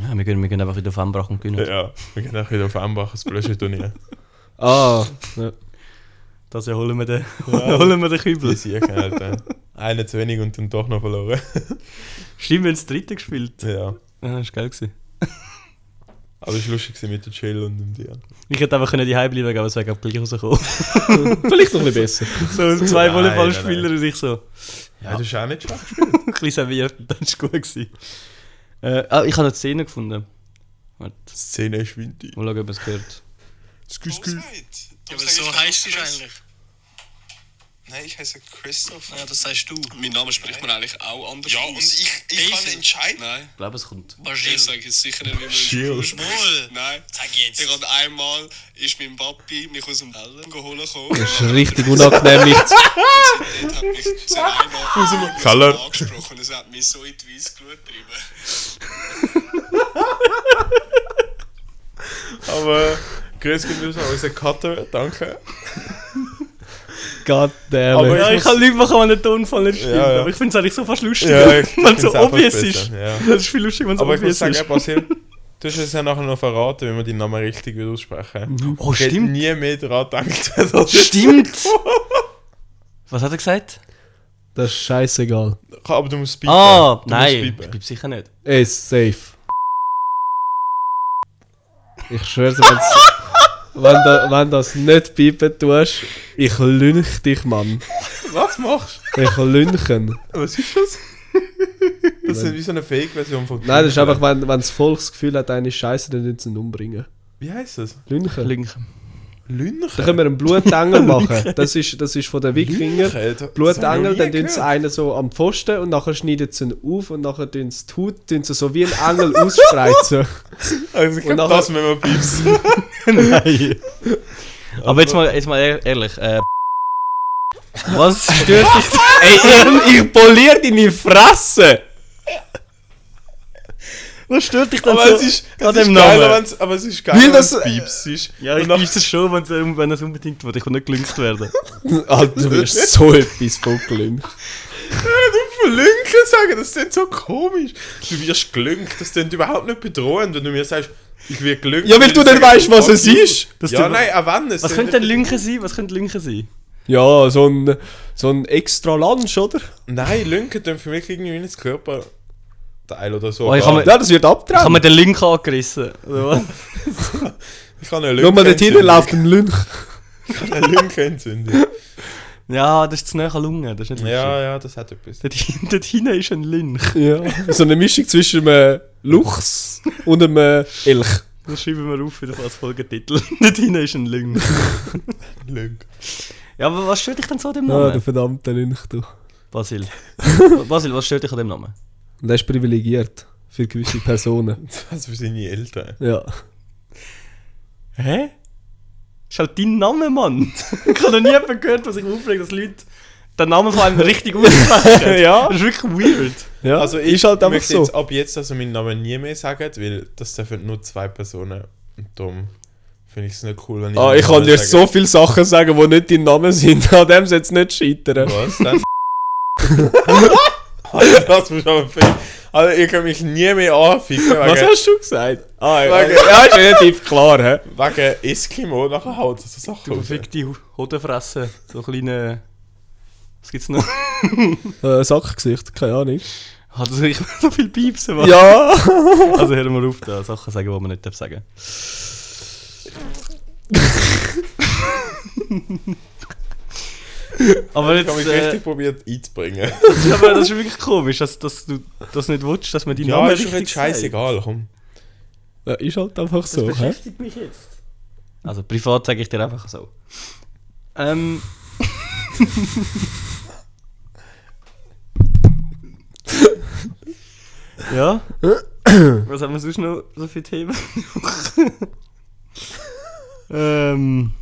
[SPEAKER 2] Ja, wir gehen, wir gehen einfach wieder auf Anbrach und gewinnen.
[SPEAKER 4] Ja, wir gehen nachher wieder auf Ambach, das <laughs> Blödsinn-Turnier.
[SPEAKER 3] Ah, ja.
[SPEAKER 2] Das ja holen wir den, <laughs> holen wir den Kübel.
[SPEAKER 4] Sicher, Alter. Einer zu wenig und dann doch noch verloren. <laughs>
[SPEAKER 2] Stimmt, wir haben das dritte gespielt.
[SPEAKER 4] ja.
[SPEAKER 2] Ja, das war geil. Gewesen.
[SPEAKER 4] Aber es war lustig gewesen mit dem Chill und dem Dian.
[SPEAKER 2] Ich hätte einfach die Hause bleiben aber es wäre glaub ich, gleich rausgekommen.
[SPEAKER 3] Vielleicht noch ein <laughs> bisschen besser.
[SPEAKER 2] so zwei
[SPEAKER 4] Nein,
[SPEAKER 2] Volleyballspieler und ich so. <laughs>
[SPEAKER 4] Ja, das ist auch nicht schlecht.
[SPEAKER 2] Ein bisschen serviert und dann war es gut. Gewesen. Äh, ah, ich habe eine Szene gefunden. Warte,
[SPEAKER 4] Die Szene ist windig.
[SPEAKER 2] mal schauen, ob es gehört.
[SPEAKER 5] Ja, aber so heißt es eigentlich.
[SPEAKER 6] Nein, ich heiße Christoph.
[SPEAKER 5] Ja, Ah, das sagst du.
[SPEAKER 6] Mein Name spricht man eigentlich auch anders
[SPEAKER 5] Ja,
[SPEAKER 6] aus.
[SPEAKER 5] und ich- ich kann
[SPEAKER 6] entscheiden. Nein,
[SPEAKER 2] Ich glaube, es kommt.
[SPEAKER 6] ich
[SPEAKER 5] Basil.
[SPEAKER 6] sage jetzt sicher nicht, wie man
[SPEAKER 4] Schiel.
[SPEAKER 6] Schwul. Nein.
[SPEAKER 5] Sag jetzt.
[SPEAKER 6] Ich gerade einmal ist mein Papi mich aus dem Helden geholt gekommen.
[SPEAKER 3] Das ist richtig unangenehm. mich zu-
[SPEAKER 6] Dort hat mich sein einer
[SPEAKER 4] Keller.
[SPEAKER 6] angesprochen und es hat mich so in die Weissglut getrieben.
[SPEAKER 4] Aber äh, grüß Gott, wir sind unser Cutter, danke.
[SPEAKER 3] God damn
[SPEAKER 4] Aber
[SPEAKER 3] it.
[SPEAKER 2] Ja, ich kann Leute machen, wenn der Tonfall nicht stimmt.
[SPEAKER 4] Ja, ja.
[SPEAKER 2] Aber ich finde es eigentlich so fast lustig,
[SPEAKER 4] Ja,
[SPEAKER 2] <laughs>
[SPEAKER 4] ich
[SPEAKER 2] wenn es so
[SPEAKER 4] find's einfach
[SPEAKER 2] obvious
[SPEAKER 4] besser,
[SPEAKER 2] ist.
[SPEAKER 4] ja.
[SPEAKER 2] Das ist viel lustiger, wenn <laughs> es
[SPEAKER 4] Aber ich muss
[SPEAKER 2] obvious
[SPEAKER 4] sagen,
[SPEAKER 2] ist.
[SPEAKER 4] Basil, <laughs> du hast es ja nachher noch verraten, wenn wir die Namen richtig wieder
[SPEAKER 3] Mhm.
[SPEAKER 4] aussprechen.
[SPEAKER 2] Oh,
[SPEAKER 4] Ich hätte nie mehr daran gedacht, <laughs> dass das
[SPEAKER 2] Stimmt! <laughs> Was hat er gesagt?
[SPEAKER 3] Das ist scheißegal.
[SPEAKER 4] Aber du musst piepen.
[SPEAKER 2] Ah,
[SPEAKER 4] du
[SPEAKER 2] nein,
[SPEAKER 4] Musst
[SPEAKER 2] das
[SPEAKER 4] piepen.
[SPEAKER 2] gibt sicher nicht.
[SPEAKER 3] Ey, safe. Ich schwör's, wenn's, wenn, da, wenn das nicht piepen tust, ich lünch dich, Mann.
[SPEAKER 4] Was machst
[SPEAKER 3] Ich lünchen.
[SPEAKER 4] du? Was ist das? <laughs> Das ist wie so eine Fake-Version von
[SPEAKER 3] Nein, das ist einfach, wenn, wenn das Volk das Gefühl hat, eine Scheiße, dann nicht umbringen.
[SPEAKER 4] Wie heißt das?
[SPEAKER 3] Lünchen.
[SPEAKER 2] Linken.
[SPEAKER 3] Dann
[SPEAKER 4] Lünchen?
[SPEAKER 3] können wir einen Blutengel machen. Das ist, das ist von den Wikinger.
[SPEAKER 4] Lünchen? Das- das hab ich noch
[SPEAKER 3] Blutengel,
[SPEAKER 4] nie
[SPEAKER 3] dann tun sie
[SPEAKER 4] gehört.
[SPEAKER 3] einen so am Pfosten und nachher schneiden sie ihn auf und nachher tun sie die Haut tun sie so wie ein Engel ausspreizen.
[SPEAKER 4] <laughs> Also ich
[SPEAKER 3] Und
[SPEAKER 4] glaub,
[SPEAKER 3] nachher-
[SPEAKER 4] das wenn wir
[SPEAKER 3] <laughs>
[SPEAKER 4] piepsen.
[SPEAKER 2] Nein. Aber jetzt mal, jetzt mal ehr- ehrlich, äh, <laughs> was stört dich?
[SPEAKER 3] Ey, ich poliere deine Fresse!
[SPEAKER 2] <laughs> Was stört dich denn
[SPEAKER 4] Aber
[SPEAKER 2] so
[SPEAKER 4] es ist,
[SPEAKER 2] an
[SPEAKER 4] es ist
[SPEAKER 2] dem
[SPEAKER 4] geil,
[SPEAKER 2] Namen?
[SPEAKER 4] wenn's, aber es ist geil,
[SPEAKER 3] Weil
[SPEAKER 4] wenn
[SPEAKER 3] das-
[SPEAKER 4] es Pieps ist.
[SPEAKER 2] Ja, ich weiß es schon, wenn es- um, wenn es unbedingt wird. Ich will nicht gelüngt <laughs> werden.
[SPEAKER 3] Alter, du wirst so etwas von gelüncht.
[SPEAKER 4] Verlinken sagen, das klingt so komisch. Du wirst gelünkt, das klingt überhaupt nicht bedrohend, wenn du mir sagst, ich werde gelünkt.
[SPEAKER 3] Ja, weil du nicht weißt, was es ist.
[SPEAKER 2] Dass
[SPEAKER 4] ja,
[SPEAKER 2] du-
[SPEAKER 4] nein, auch wenn es.
[SPEAKER 2] Was könnte denn Lünken sein? Was könnte Lünken sein?
[SPEAKER 3] Ja, so ein, so ein extra Lunch, oder?
[SPEAKER 4] Nein, Lünken tun für mich irgendwie ins Körperteil oder so.
[SPEAKER 2] Oh, ich kann mir-
[SPEAKER 4] Ja,
[SPEAKER 3] Ja, das wird abtrennt.
[SPEAKER 2] Kann man den Link angerissen? Oder was?
[SPEAKER 4] ich kann eine Lünke
[SPEAKER 3] Schau mal, dort hinten
[SPEAKER 4] entzünden.
[SPEAKER 3] läuft ein Lynch.
[SPEAKER 4] Ich kann eine
[SPEAKER 3] <laughs>
[SPEAKER 4] Lünke entzünden.
[SPEAKER 2] ja, das ist zu nah an Lunge. Das ist nicht
[SPEAKER 4] Ja, ja, das hat etwas.
[SPEAKER 2] Dort, <laughs> hin- dort hinten ist ein Lynch.
[SPEAKER 3] Ja. So eine Mischung zwischen einem Luchs und einem äh, Elch.
[SPEAKER 2] Das schreiben wir auf für den Folgetitel. <laughs> dort hinten ist ein Lynch.
[SPEAKER 4] Lünke.
[SPEAKER 2] Ja, aber was stört dich denn so an dem
[SPEAKER 3] Ah,
[SPEAKER 2] Namen?
[SPEAKER 3] der verdammte Lynch, du.
[SPEAKER 2] Basil. Basil, was stört dich an dem Namen?
[SPEAKER 3] Und der ist privilegiert für gewisse Personen.
[SPEAKER 4] Das für seine Eltern.
[SPEAKER 3] Ja.
[SPEAKER 2] Hä? Das ist halt dein Name, Mann. <laughs> ich habe noch nie jemanden gehört, der sich aufregt, dass Leute den Namen von einem richtig
[SPEAKER 3] <laughs>
[SPEAKER 2] aussprechen. ja? Das ist wirklich weird.
[SPEAKER 3] ja.
[SPEAKER 4] Also ich
[SPEAKER 3] ist halt einfach
[SPEAKER 4] möchte
[SPEAKER 3] so.
[SPEAKER 4] jetzt ab jetzt, dass ihr meinen Namen nie mehr sagt, weil das dürfen nur zwei Personen. Und darum finde ich es nicht cool, wenn ich...
[SPEAKER 3] Ah,
[SPEAKER 4] meinen
[SPEAKER 3] ich kann
[SPEAKER 4] Namen
[SPEAKER 3] dir
[SPEAKER 4] sage.
[SPEAKER 3] so viele Sachen sagen, die nicht dein Name sind. <laughs> An dem soll es nicht scheitern. <laughs>
[SPEAKER 4] Was denn? <laughs> also, das muss aber viel. Also, ihr könnt mich nie mehr anficken
[SPEAKER 3] Was
[SPEAKER 4] wegen,
[SPEAKER 3] hast du gesagt? Ah, ja,
[SPEAKER 4] <laughs> Wegen-
[SPEAKER 3] ja, ist relativ klar, hä?
[SPEAKER 4] wegen Eskimo nachher haut das so
[SPEAKER 2] Du verfickte Hodenfresse. So kleine... Was gibt's noch?
[SPEAKER 3] Äh, Sackgesicht, keine Ahnung.
[SPEAKER 2] Hat <laughs> also ich so viel Piepsen, Mann.
[SPEAKER 3] Ja!
[SPEAKER 2] Also hören wir auf, da Sachen sagen, die man nicht darf sagen Aber
[SPEAKER 4] Ich
[SPEAKER 2] jetzt,
[SPEAKER 4] habe mich
[SPEAKER 2] äh,
[SPEAKER 4] richtig probiert einzubringen.
[SPEAKER 2] <laughs> aber das ist wirklich komisch, dass, dass du das nicht willst, dass man die
[SPEAKER 4] Ja,
[SPEAKER 2] Namen
[SPEAKER 4] ist mir
[SPEAKER 2] richtig
[SPEAKER 4] scheißegal, komm.
[SPEAKER 3] <laughs> Ja, ist halt einfach so, hä?
[SPEAKER 2] beschäftigt mich jetzt. Also privat sage ich dir einfach so. Ähm, <laughs> ja. Was haben wir sonst noch so für Themen? <laughs> ähm,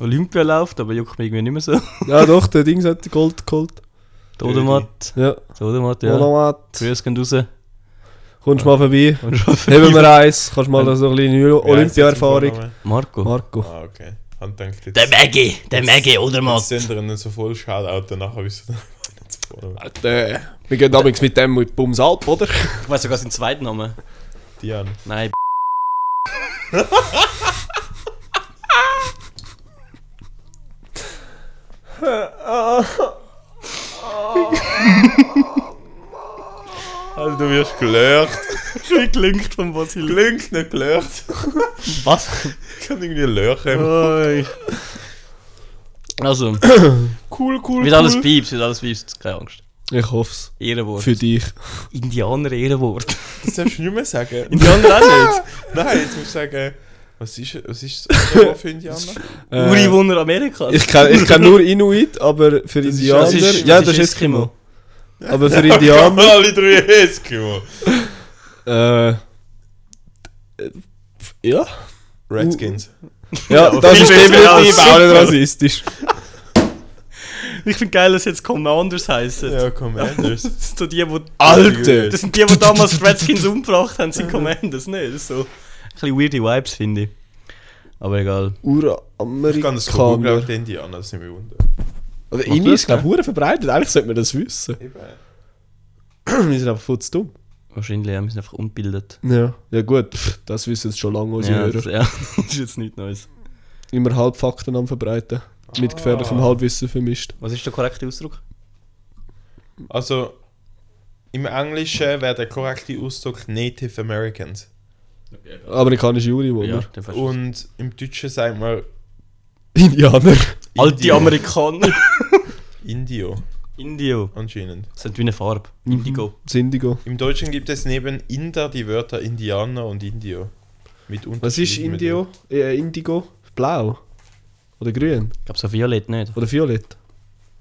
[SPEAKER 2] Olympia läuft, aber juckt mich irgendwie nicht mehr so.
[SPEAKER 3] Ja, doch, der Dings hat Gold geholt.
[SPEAKER 2] Todematt.
[SPEAKER 3] Ja,
[SPEAKER 2] Todematt,
[SPEAKER 3] ja.
[SPEAKER 2] ja.
[SPEAKER 3] Monomat.
[SPEAKER 2] Grüß gehen raus. Haben
[SPEAKER 3] Kommst mal vorbei.
[SPEAKER 2] wir schon
[SPEAKER 3] Heben
[SPEAKER 2] vergessen.
[SPEAKER 3] wir eins. Kannst mal so ein bisschen
[SPEAKER 4] Wie heisst er zum
[SPEAKER 3] Olympia-Erfahrung.
[SPEAKER 4] Vornamen?
[SPEAKER 2] Marco.
[SPEAKER 3] Marco.
[SPEAKER 4] Ah, okay. Hand denkt jetzt.
[SPEAKER 2] Der Maggie, der Maggie, oder
[SPEAKER 4] Jetzt
[SPEAKER 2] Matt?
[SPEAKER 4] sind wir ihnen so voll Shoutout, danach habe ich <laughs> so nicht zu vornehmen.
[SPEAKER 3] Alter, wir gehen damals mit dem mit Bums Alp, oder?
[SPEAKER 2] Ich weiß sogar seinen zweiten Namen.
[SPEAKER 4] Dian.
[SPEAKER 2] Nein,
[SPEAKER 4] Also, du wirst <laughs> gelöcht.
[SPEAKER 2] bin gelinkt vom Basil.
[SPEAKER 4] Glückt nicht gelöcht.
[SPEAKER 2] <laughs> Was?
[SPEAKER 4] Ich kann irgendwie löchen.
[SPEAKER 3] <clears throat>
[SPEAKER 2] Also,
[SPEAKER 4] Cool, cool,
[SPEAKER 2] wird alles piepst, wird alles piepst. Keine Angst.
[SPEAKER 3] Ich hoff's.
[SPEAKER 2] Ehrenwort.
[SPEAKER 3] Für dich.
[SPEAKER 2] Indianer Ehrenwort.
[SPEAKER 4] Das darfst du nicht mehr sagen.
[SPEAKER 2] Indianer auch nicht.
[SPEAKER 4] <laughs> Nein, jetzt muss ich sagen, was ist,
[SPEAKER 2] <laughs>
[SPEAKER 4] was ist das Wort für Indianer?
[SPEAKER 3] Äh,
[SPEAKER 2] Ureinwohner Amerikas.
[SPEAKER 3] Ich kenne ich kenn nur Inuit, aber für
[SPEAKER 4] ist-
[SPEAKER 3] Indianer.
[SPEAKER 4] das ist-
[SPEAKER 3] ja, das ist Eskimo. Aber für
[SPEAKER 4] <laughs>
[SPEAKER 3] Indianer. <laughs>
[SPEAKER 4] alle drei Eskimo.
[SPEAKER 3] Äh, äh, ja.
[SPEAKER 4] Redskins.
[SPEAKER 3] Ja, das ist definitiv auch nicht rassistisch.
[SPEAKER 2] Ich finde geil, dass jetzt Commanders heißen.
[SPEAKER 4] Ja, Commanders.
[SPEAKER 2] <laughs> Das sind so die, wo,
[SPEAKER 3] Alter!
[SPEAKER 2] das sind die, wo damals die Redskins umgebracht haben, sind Commanders, ne? Das ist so. bisschen weirde Vibes, finde ich. Aber egal.
[SPEAKER 4] Ich kann das Logo,
[SPEAKER 3] Uramerikaner.
[SPEAKER 4] glaube ich, den Indianer, das ist nicht mehr wunder.
[SPEAKER 3] Aber Indien
[SPEAKER 2] das,
[SPEAKER 3] ist, glaube ich, verbreitet. Eigentlich sollte man das wissen.
[SPEAKER 4] Eben.
[SPEAKER 3] <clears throat> Wir sind einfach voll zu dumm.
[SPEAKER 2] Wahrscheinlich, ja, wir sind einfach ungebildet.
[SPEAKER 3] Ja. Ja, gut, pff, das wissen jetzt schon lange unsere
[SPEAKER 2] Ja,
[SPEAKER 3] Hörer.
[SPEAKER 2] das, ja, <laughs> das ist jetzt nichts Neues.
[SPEAKER 3] Immer Halbfakten am Verbreiten. Mit gefährlichem Halbwissen vermischt.
[SPEAKER 2] Was ist der korrekte Ausdruck?
[SPEAKER 4] Also, im Englischen wäre der korrekte Ausdruck Native Americans.
[SPEAKER 3] Amerikanische Ureinwohner.
[SPEAKER 2] der fast.
[SPEAKER 4] Und im Deutschen sagt man
[SPEAKER 3] <laughs> Indianer.
[SPEAKER 2] Alte Amerikaner!
[SPEAKER 4] Indio,
[SPEAKER 2] Indio.
[SPEAKER 4] anscheinend.
[SPEAKER 2] Das sind wie eine Farbe.
[SPEAKER 3] Mhm.
[SPEAKER 2] Indigo.
[SPEAKER 3] Das Indigo.
[SPEAKER 4] Im Deutschen gibt es neben Inder die Wörter Indianer und Indio. Mit
[SPEAKER 3] Was ist
[SPEAKER 4] Unterschied mit-
[SPEAKER 3] Indio? Äh, Indigo? Blau? Oder grün?
[SPEAKER 2] Ich glaube, so violett nicht.
[SPEAKER 3] Oder violett?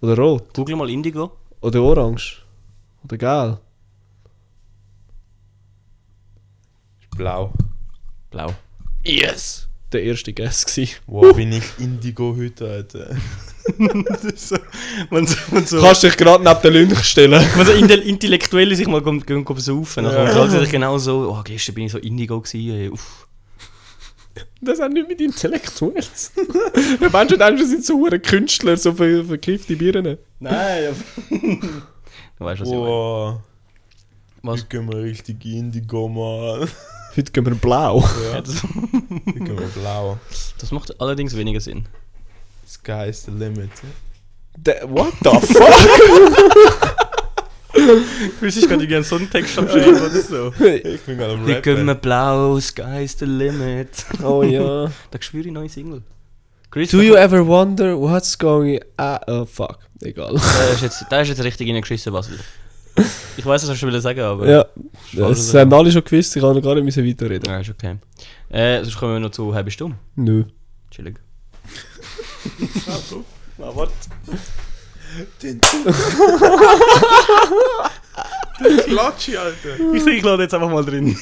[SPEAKER 3] Oder rot?
[SPEAKER 2] Google mal Indigo.
[SPEAKER 3] Oder orange? Oder gelb?
[SPEAKER 4] Blau.
[SPEAKER 2] Blau.
[SPEAKER 3] Der erste Guess gewesen.
[SPEAKER 4] Wow, bin ich Indigo heute, Alter.
[SPEAKER 2] das ist <laughs> so, wenn so, wenn so,
[SPEAKER 3] Kannst dich gerade neben der Lünch stellen.
[SPEAKER 2] wenn so Intell Intellektuelle sich mal gehen, gehen, gehen besaufen, dann kommen sie sich genau so, oh, gestern bin ich so Indigo gewesen, ey, uff.
[SPEAKER 3] Das hat nicht mit intellektuell zu tun. <laughs> Die Menschen denken, sie sind so hure Künstler, so ver verkiffte Birnen.
[SPEAKER 2] Nein, <laughs> Du weißt, was ich meine.
[SPEAKER 4] Wow.
[SPEAKER 2] Was?
[SPEAKER 4] Heute gehen wir richtig Indigo, Mann.
[SPEAKER 3] Heute gehen wir blau.
[SPEAKER 4] Ja,
[SPEAKER 2] das-
[SPEAKER 4] Heute gehen wir blau.
[SPEAKER 2] Das macht allerdings weniger <laughs> Sinn.
[SPEAKER 4] Sky's the limit.
[SPEAKER 3] Der- what the fuck?
[SPEAKER 2] Wüsste ich gerade gerne so einen <laughs> Text am Schreiben oder so.
[SPEAKER 4] Ich bin gerade am
[SPEAKER 2] Wir gehen
[SPEAKER 4] Rappen.
[SPEAKER 2] mit blau, sky's the limit.
[SPEAKER 3] <laughs> oh ja.
[SPEAKER 2] Da spüre ich neue Single. Chris,
[SPEAKER 3] Do you ever wonder what's going on? Oh fuck, egal.
[SPEAKER 2] da, ist jetzt, da ist jetzt richtig reingeschissen, Basil. Ich weiß, was du schon wieder sagen, aber...
[SPEAKER 3] Ja, das haben alle schon gewusst, ich kann gar nicht müssen weiterreden.
[SPEAKER 2] Ja, ist okay. Äh, sonst kommen wir noch zu «Hey, bist du?»
[SPEAKER 3] Nö.
[SPEAKER 2] Chillig.
[SPEAKER 4] Klatschi, Alter.
[SPEAKER 2] Ich, ich lade jetzt einfach mal drin.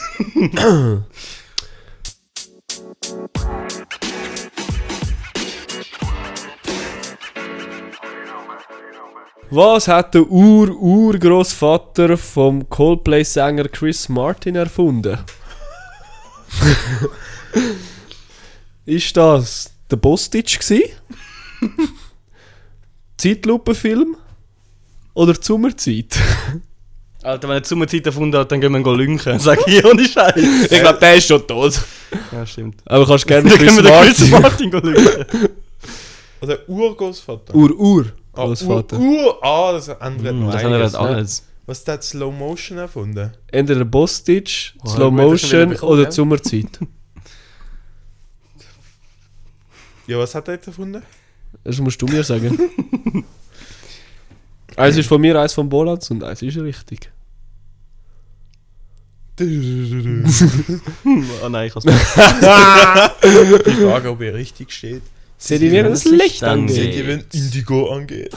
[SPEAKER 3] Was hat der Ur-Urgroßvater vom Coldplay-Sänger Chris Martin erfunden? Ist das der Bostitsch gsi? Zeitlupenfilm oder die Sommerzeit?
[SPEAKER 2] Alter, wenn er die Sommerzeit erfunden hat, dann gehen wir ihn lünchen. <laughs> Sag ich ohne Scheiß.
[SPEAKER 3] Ich glaube, der ist schon tot.
[SPEAKER 2] Ja, stimmt.
[SPEAKER 3] Aber kannst gerne
[SPEAKER 2] Dann
[SPEAKER 3] Chris
[SPEAKER 2] gehen wir den Chris
[SPEAKER 3] Martin.
[SPEAKER 2] Martin lünchen.
[SPEAKER 4] Also Urgroßvater.
[SPEAKER 3] Ur-Ur-Großvater.
[SPEAKER 4] Ah, Ur, Ur, ah, das ändert noch
[SPEAKER 2] Das haben wir
[SPEAKER 4] einiges.
[SPEAKER 2] jetzt alles.
[SPEAKER 4] Was hat der Slow Motion erfunden?
[SPEAKER 3] Entweder Bostitsch,
[SPEAKER 2] Oh,
[SPEAKER 3] Slow
[SPEAKER 2] gut, das haben wir
[SPEAKER 3] Motion
[SPEAKER 2] bekommen,
[SPEAKER 3] oder
[SPEAKER 2] ja.
[SPEAKER 3] die Sommerzeit.
[SPEAKER 4] Ja, was hat er jetzt erfunden?
[SPEAKER 3] Das musst du mir sagen. eins ist von mir, eins von Bolanz und eins ist richtig.
[SPEAKER 2] <laughs> Oh nein, ich hab's nicht.
[SPEAKER 4] Die Frage, ob ihr richtig steht.
[SPEAKER 3] Seht ihr, wie das Licht
[SPEAKER 4] Seht
[SPEAKER 3] angeht?
[SPEAKER 4] ihr, wenn Indigo angeht?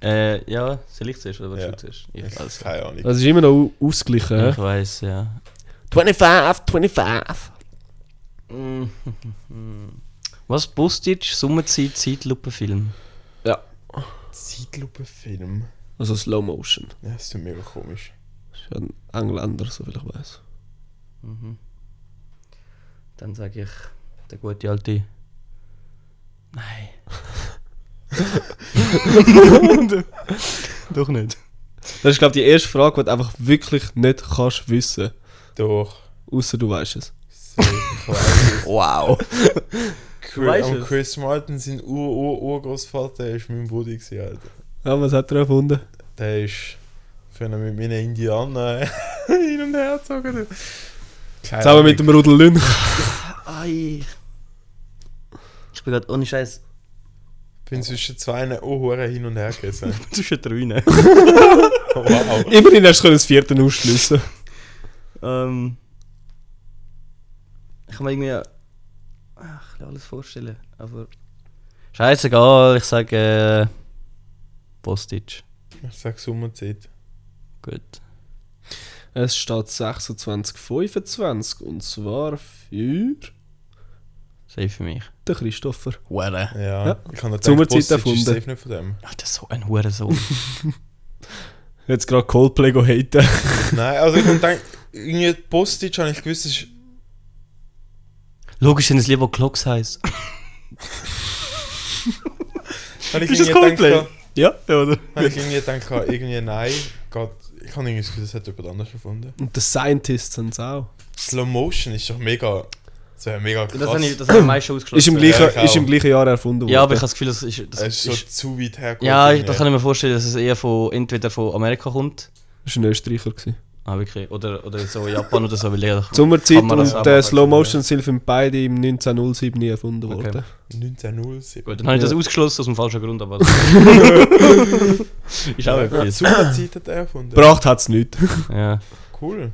[SPEAKER 2] Äh, ja, soll ich zuerst oder was
[SPEAKER 4] Ja.
[SPEAKER 2] du zuerst? Ich weiß.
[SPEAKER 4] Keine Ahnung.
[SPEAKER 3] Das ist immer noch au- ausgeglichen. hä?
[SPEAKER 2] Ich weiß, ja.
[SPEAKER 3] 25, 25.
[SPEAKER 2] <laughs> Was? Bustitsch, Sommerzeit, Zeitlupenfilm.
[SPEAKER 3] Ja,
[SPEAKER 4] Zeitlupe-Film.
[SPEAKER 3] also Slow Motion.
[SPEAKER 4] Ja, das ist ja mega komisch.
[SPEAKER 3] Ist ja ein Engländer, soviel ich weiß.
[SPEAKER 2] Dann sage ich, der gute alte. Nein. Doch nicht.
[SPEAKER 3] Das ist, glaube ich, die erste Frage, die du einfach wirklich nicht kannst wissen.
[SPEAKER 4] Doch.
[SPEAKER 3] Außer du weißt es.
[SPEAKER 2] Wow.
[SPEAKER 4] Chris,
[SPEAKER 2] weißt
[SPEAKER 4] und
[SPEAKER 2] es.
[SPEAKER 4] Chris Martin, sein Ur-Ur-Urgroßvater, ist mein Bruder gewesen, Alter.
[SPEAKER 3] Ja, was hat er erfunden?
[SPEAKER 4] Der ist für einen mit meinen Indianern <laughs> hin und her gezogen. Keine
[SPEAKER 3] Zusammen mit dem Rudel Lünch.
[SPEAKER 2] Ei. Ich bin gerade ohne Scheiß <laughs>
[SPEAKER 4] Ich bin zwischen zwei Ohren hin und her gerissen.
[SPEAKER 7] <laughs>
[SPEAKER 2] zwischen drei.
[SPEAKER 4] Wow.
[SPEAKER 3] <laughs> Immerhin hast du das vierte ausschliessen.
[SPEAKER 2] ähm, ich kann mir irgendwie. Ach, ich kann alles vorstellen, aber. Scheißegal, ich sage. Äh, Postage.
[SPEAKER 4] Ich sag Sommerzeit.
[SPEAKER 2] Gut.
[SPEAKER 3] Es steht 26, 25 und zwar für
[SPEAKER 2] Safe für mich.
[SPEAKER 3] den Christopher.
[SPEAKER 2] Huere.
[SPEAKER 4] Ja.
[SPEAKER 3] Ja.
[SPEAKER 4] Ich kann noch
[SPEAKER 3] Sommerzeit erfunden.
[SPEAKER 4] erfunden. Ist safe nicht von dem.
[SPEAKER 2] Ach, das ist so ein Hurensohn.
[SPEAKER 3] Jetzt gerade Coldplay go haten.
[SPEAKER 4] Nein, also ich denk, irgendwie Postage habe ich gewusst, das ist
[SPEAKER 7] <laughs> Logisch, wenn es lieber Glocks heißt.
[SPEAKER 4] Habe ich
[SPEAKER 7] Ist das
[SPEAKER 4] irgendwie
[SPEAKER 7] Coldplay?
[SPEAKER 4] gedacht,
[SPEAKER 3] Ja.
[SPEAKER 7] Ja, oder?
[SPEAKER 4] habe ich irgendwie gedacht, ah, irgendwie nein. Gott, ich habe irgendwie das Gefühl, das hat jemand anders erfunden.
[SPEAKER 3] Und The Scientists haben es auch.
[SPEAKER 4] Slow Motion ist doch mega. Das wäre mega krass.
[SPEAKER 2] Das habe ich, das hab ich am meisten ausgeschlossen.
[SPEAKER 3] Ist im,
[SPEAKER 4] gleichen-
[SPEAKER 3] gleichen,
[SPEAKER 4] Ja, ich ist
[SPEAKER 3] ist
[SPEAKER 4] im
[SPEAKER 3] im
[SPEAKER 4] auch.
[SPEAKER 3] gleichen Jahr erfunden worden.
[SPEAKER 7] Ja, aber ich habe das Gefühl, das ist. Das
[SPEAKER 4] das ist
[SPEAKER 7] ist,
[SPEAKER 4] schon zu weit hergekommen.
[SPEAKER 7] ja, ich, das kann ich mir vorstellen, dass es eher von entweder von Amerika kommt.
[SPEAKER 3] Das war ein Österreicher. Gewesen.
[SPEAKER 7] Ah, wirklich. Oder, oder so Japan oder so, weil er.
[SPEAKER 3] Sommerzeit
[SPEAKER 7] Kann man das auch
[SPEAKER 3] und der
[SPEAKER 7] machen,
[SPEAKER 3] Slow Motion sind für beide im 1907 erfunden worden.
[SPEAKER 4] 1907.
[SPEAKER 7] Gut, dann habe ich das ausgeschlossen aus dem falschen Grund, aber. ist auch etwas.
[SPEAKER 4] Super Zeit hat er erfunden.
[SPEAKER 3] Gebracht hat es nicht. <laughs>
[SPEAKER 7] Ja.
[SPEAKER 4] Cool.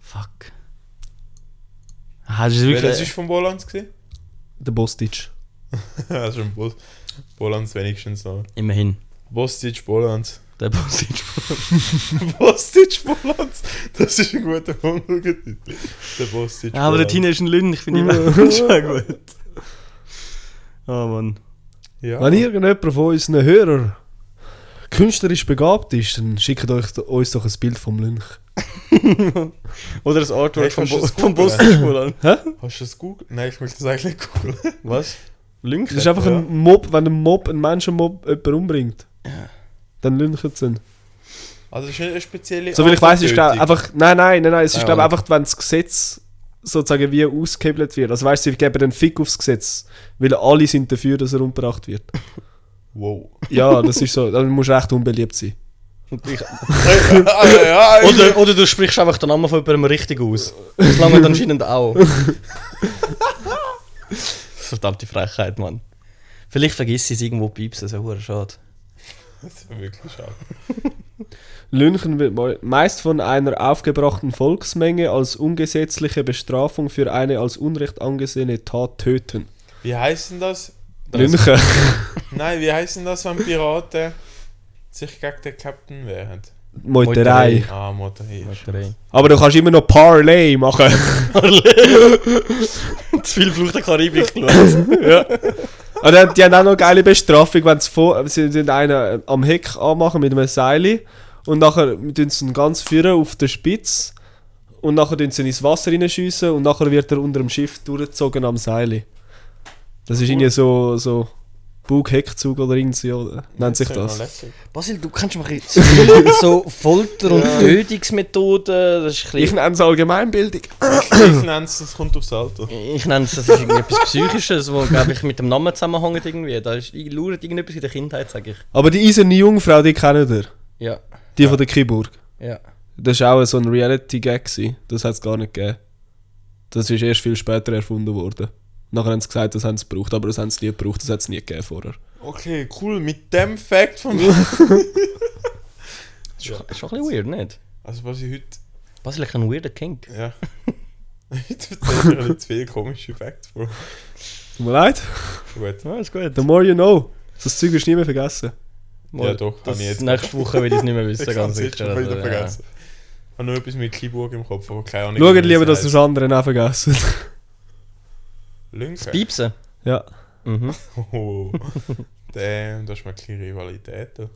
[SPEAKER 7] Fuck. Ah, das ist
[SPEAKER 4] Wer das
[SPEAKER 7] wirklich.
[SPEAKER 4] ist von Bolans <laughs> gesehen?
[SPEAKER 3] der Bostic.
[SPEAKER 4] das ist schon Bos Bolans wenigstens noch.
[SPEAKER 7] immerhin.
[SPEAKER 4] Bostic Bolans.
[SPEAKER 7] Der Bostic.
[SPEAKER 4] Bostic Bolans. Das ist ein guter Folgetitel. Der Bostic.
[SPEAKER 7] Ja, aber der
[SPEAKER 4] Bolans.
[SPEAKER 7] Tina ist ein Lünn, ich finde ihn <laughs> schon gut. Oh Mann.
[SPEAKER 4] Ja.
[SPEAKER 3] Wenn irgendjemand von unseren Hörern künstlerisch begabt ist, dann schickt euch, do- uns doch ein Bild vom Lynch.
[SPEAKER 2] Oder das Artwork
[SPEAKER 4] Hey,
[SPEAKER 2] vom,
[SPEAKER 4] kannst
[SPEAKER 2] Bo
[SPEAKER 4] du das
[SPEAKER 2] vom
[SPEAKER 4] googeln?
[SPEAKER 2] Bosnisch-Schulan.
[SPEAKER 4] Hast du das Google? Nein, ich möchte das eigentlich nicht googeln.
[SPEAKER 2] Was? Link?
[SPEAKER 3] Das ist einfach
[SPEAKER 4] ja.
[SPEAKER 3] ein Mob, wenn ein Mob, ein Menschenmob jemanden umbringt. Dann lynchen sie ihn.
[SPEAKER 4] Also, das ist nicht eine spezielle.
[SPEAKER 3] So wie ich weiß, ist glaub,
[SPEAKER 4] Antworttötung.
[SPEAKER 3] einfach. Nein, nein, nein, nein. Es ist
[SPEAKER 2] Ah,
[SPEAKER 3] glaube
[SPEAKER 2] ja.
[SPEAKER 3] einfach, wenn das Gesetz sozusagen wie ausgehebelt wird. Also weißt du, sie geben den Fick aufs Gesetz. Weil alle sind dafür, dass er umgebracht wird.
[SPEAKER 4] Wow.
[SPEAKER 3] Ja, das ist so. Dann musst du echt unbeliebt sein.
[SPEAKER 4] Also, ja, ich-
[SPEAKER 2] Oder, oder du sprichst einfach den Namen von jemandem richtig aus. Das langt anscheinend auch. <laughs> Verdammte Frechheit, Mann. Vielleicht vergisst sie es irgendwo piepsen, so hure schade.
[SPEAKER 4] Das ist wirklich schade.
[SPEAKER 3] Lünchen wird mei- meist von einer aufgebrachten Volksmenge als ungesetzliche Bestrafung für eine als Unrecht angesehene Tat töten.
[SPEAKER 4] Wie heißt denn das?
[SPEAKER 3] Lünchen.
[SPEAKER 4] Nein, wie heißt denn das, wenn Piraten sich gegen den Captain wehren?
[SPEAKER 3] Meuterei.
[SPEAKER 4] Ah, Motorhead.
[SPEAKER 3] Aber du kannst immer noch Parlay machen.
[SPEAKER 2] <laughs> Zu viel Flucht der Karibik geschaut.
[SPEAKER 3] Und dann, die haben auch noch eine geile Bestrafung, wenn sie, vor, sie sind einen äh, am Heck anmachen mit einem Seil und nachher tun sie ihn ganz führen auf der Spitze und nachher tun sie ihn ins Wasser reinschiessen und nachher wird er unter dem Schiff durchgezogen am Seil. Das ist irgendwie so, so Bug-Heckzug oder irgendwie so, äh, nennt sich das.
[SPEAKER 4] ne?
[SPEAKER 2] Basil, du kannst mich jetzt <laughs> so- so Folter- und Tötungsmethoden. Das ist ein
[SPEAKER 3] Ich
[SPEAKER 2] bisschen,
[SPEAKER 3] nenne es Allgemeinbildung.
[SPEAKER 4] Ich nenne es, das kommt aufs Alter.
[SPEAKER 2] ich nenne es, das ist irgendetwas Psychisches, wo glaube ich mit dem Namen zusammenhängt irgendwie. Da ist, lauert irgendetwas in der Kindheit, sage ich.
[SPEAKER 3] Aber die eiserne Jungfrau, die kennt ihr.
[SPEAKER 2] Ja,
[SPEAKER 3] Die von der Kiburg.
[SPEAKER 2] ja.
[SPEAKER 3] Das war auch so ein Reality-Gag. gewesen. Das hat es gar nicht gegeben. Das ist erst viel später erfunden worden. Nachher haben sie gesagt, das haben sie gebraucht, aber das haben sie nie gebraucht, das hat es nie gegeben vorher.
[SPEAKER 4] Okay, cool, mit dem Fact von mir.
[SPEAKER 2] Ist, schon- ist schon ein bisschen weird, nicht?
[SPEAKER 4] Also, was ich heute.
[SPEAKER 2] Basil, ich ein weirder Kink.
[SPEAKER 4] Ja. <laughs> Heute erzähle ich zu viele komische Facts, Bro.
[SPEAKER 3] Tut mir leid.
[SPEAKER 4] Gut.
[SPEAKER 2] Ja, ist gut.
[SPEAKER 3] The more you know. Das Zeug ist nie mehr vergessen.
[SPEAKER 4] Ja, doch,
[SPEAKER 2] das
[SPEAKER 4] kann ich jetzt.
[SPEAKER 2] Nächste Woche will ich es nicht
[SPEAKER 4] <laughs>
[SPEAKER 2] mehr wissen,
[SPEAKER 4] Ich kann
[SPEAKER 2] ganz
[SPEAKER 4] es jetzt
[SPEAKER 2] sicher.
[SPEAKER 4] schon wieder
[SPEAKER 2] also,
[SPEAKER 4] vergessen. Ich habe nur etwas mit Keyboard im Kopf, aber keine Ahnung.
[SPEAKER 3] Schaut
[SPEAKER 4] wie
[SPEAKER 3] lieber,
[SPEAKER 4] es
[SPEAKER 3] dass ihr das
[SPEAKER 4] heißt.
[SPEAKER 3] andere nicht <laughs> vergessen.
[SPEAKER 4] Lünke.
[SPEAKER 2] Piepsen.
[SPEAKER 3] ja.
[SPEAKER 4] <laughs> Oh, damn, das ist mal ein bisschen Rivalität. da.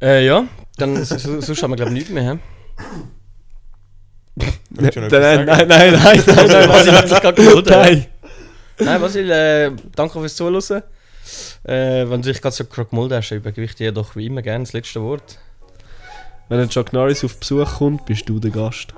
[SPEAKER 2] Äh, ja,
[SPEAKER 4] <laughs>
[SPEAKER 2] dann so- so- sonst haben wir glaube ich nichts <laughs> mehr. hä?
[SPEAKER 4] Willst du noch
[SPEAKER 3] Nein, nein,
[SPEAKER 4] etwas sagen?
[SPEAKER 3] nein, nein, nein, nein,
[SPEAKER 2] Also, Was ich
[SPEAKER 3] nein,
[SPEAKER 2] jetzt gerade
[SPEAKER 3] <laughs>
[SPEAKER 2] gehört habe.
[SPEAKER 3] nein.
[SPEAKER 2] Nein, Basil, äh, danke fürs Zuhören. Äh, wenn du dich gerade so Krogmulde hast, übergewicht dir doch wie immer gerne das letzte Wort.
[SPEAKER 3] Wenn ein Chuck Norris auf Besuch kommt, bist du der Gast.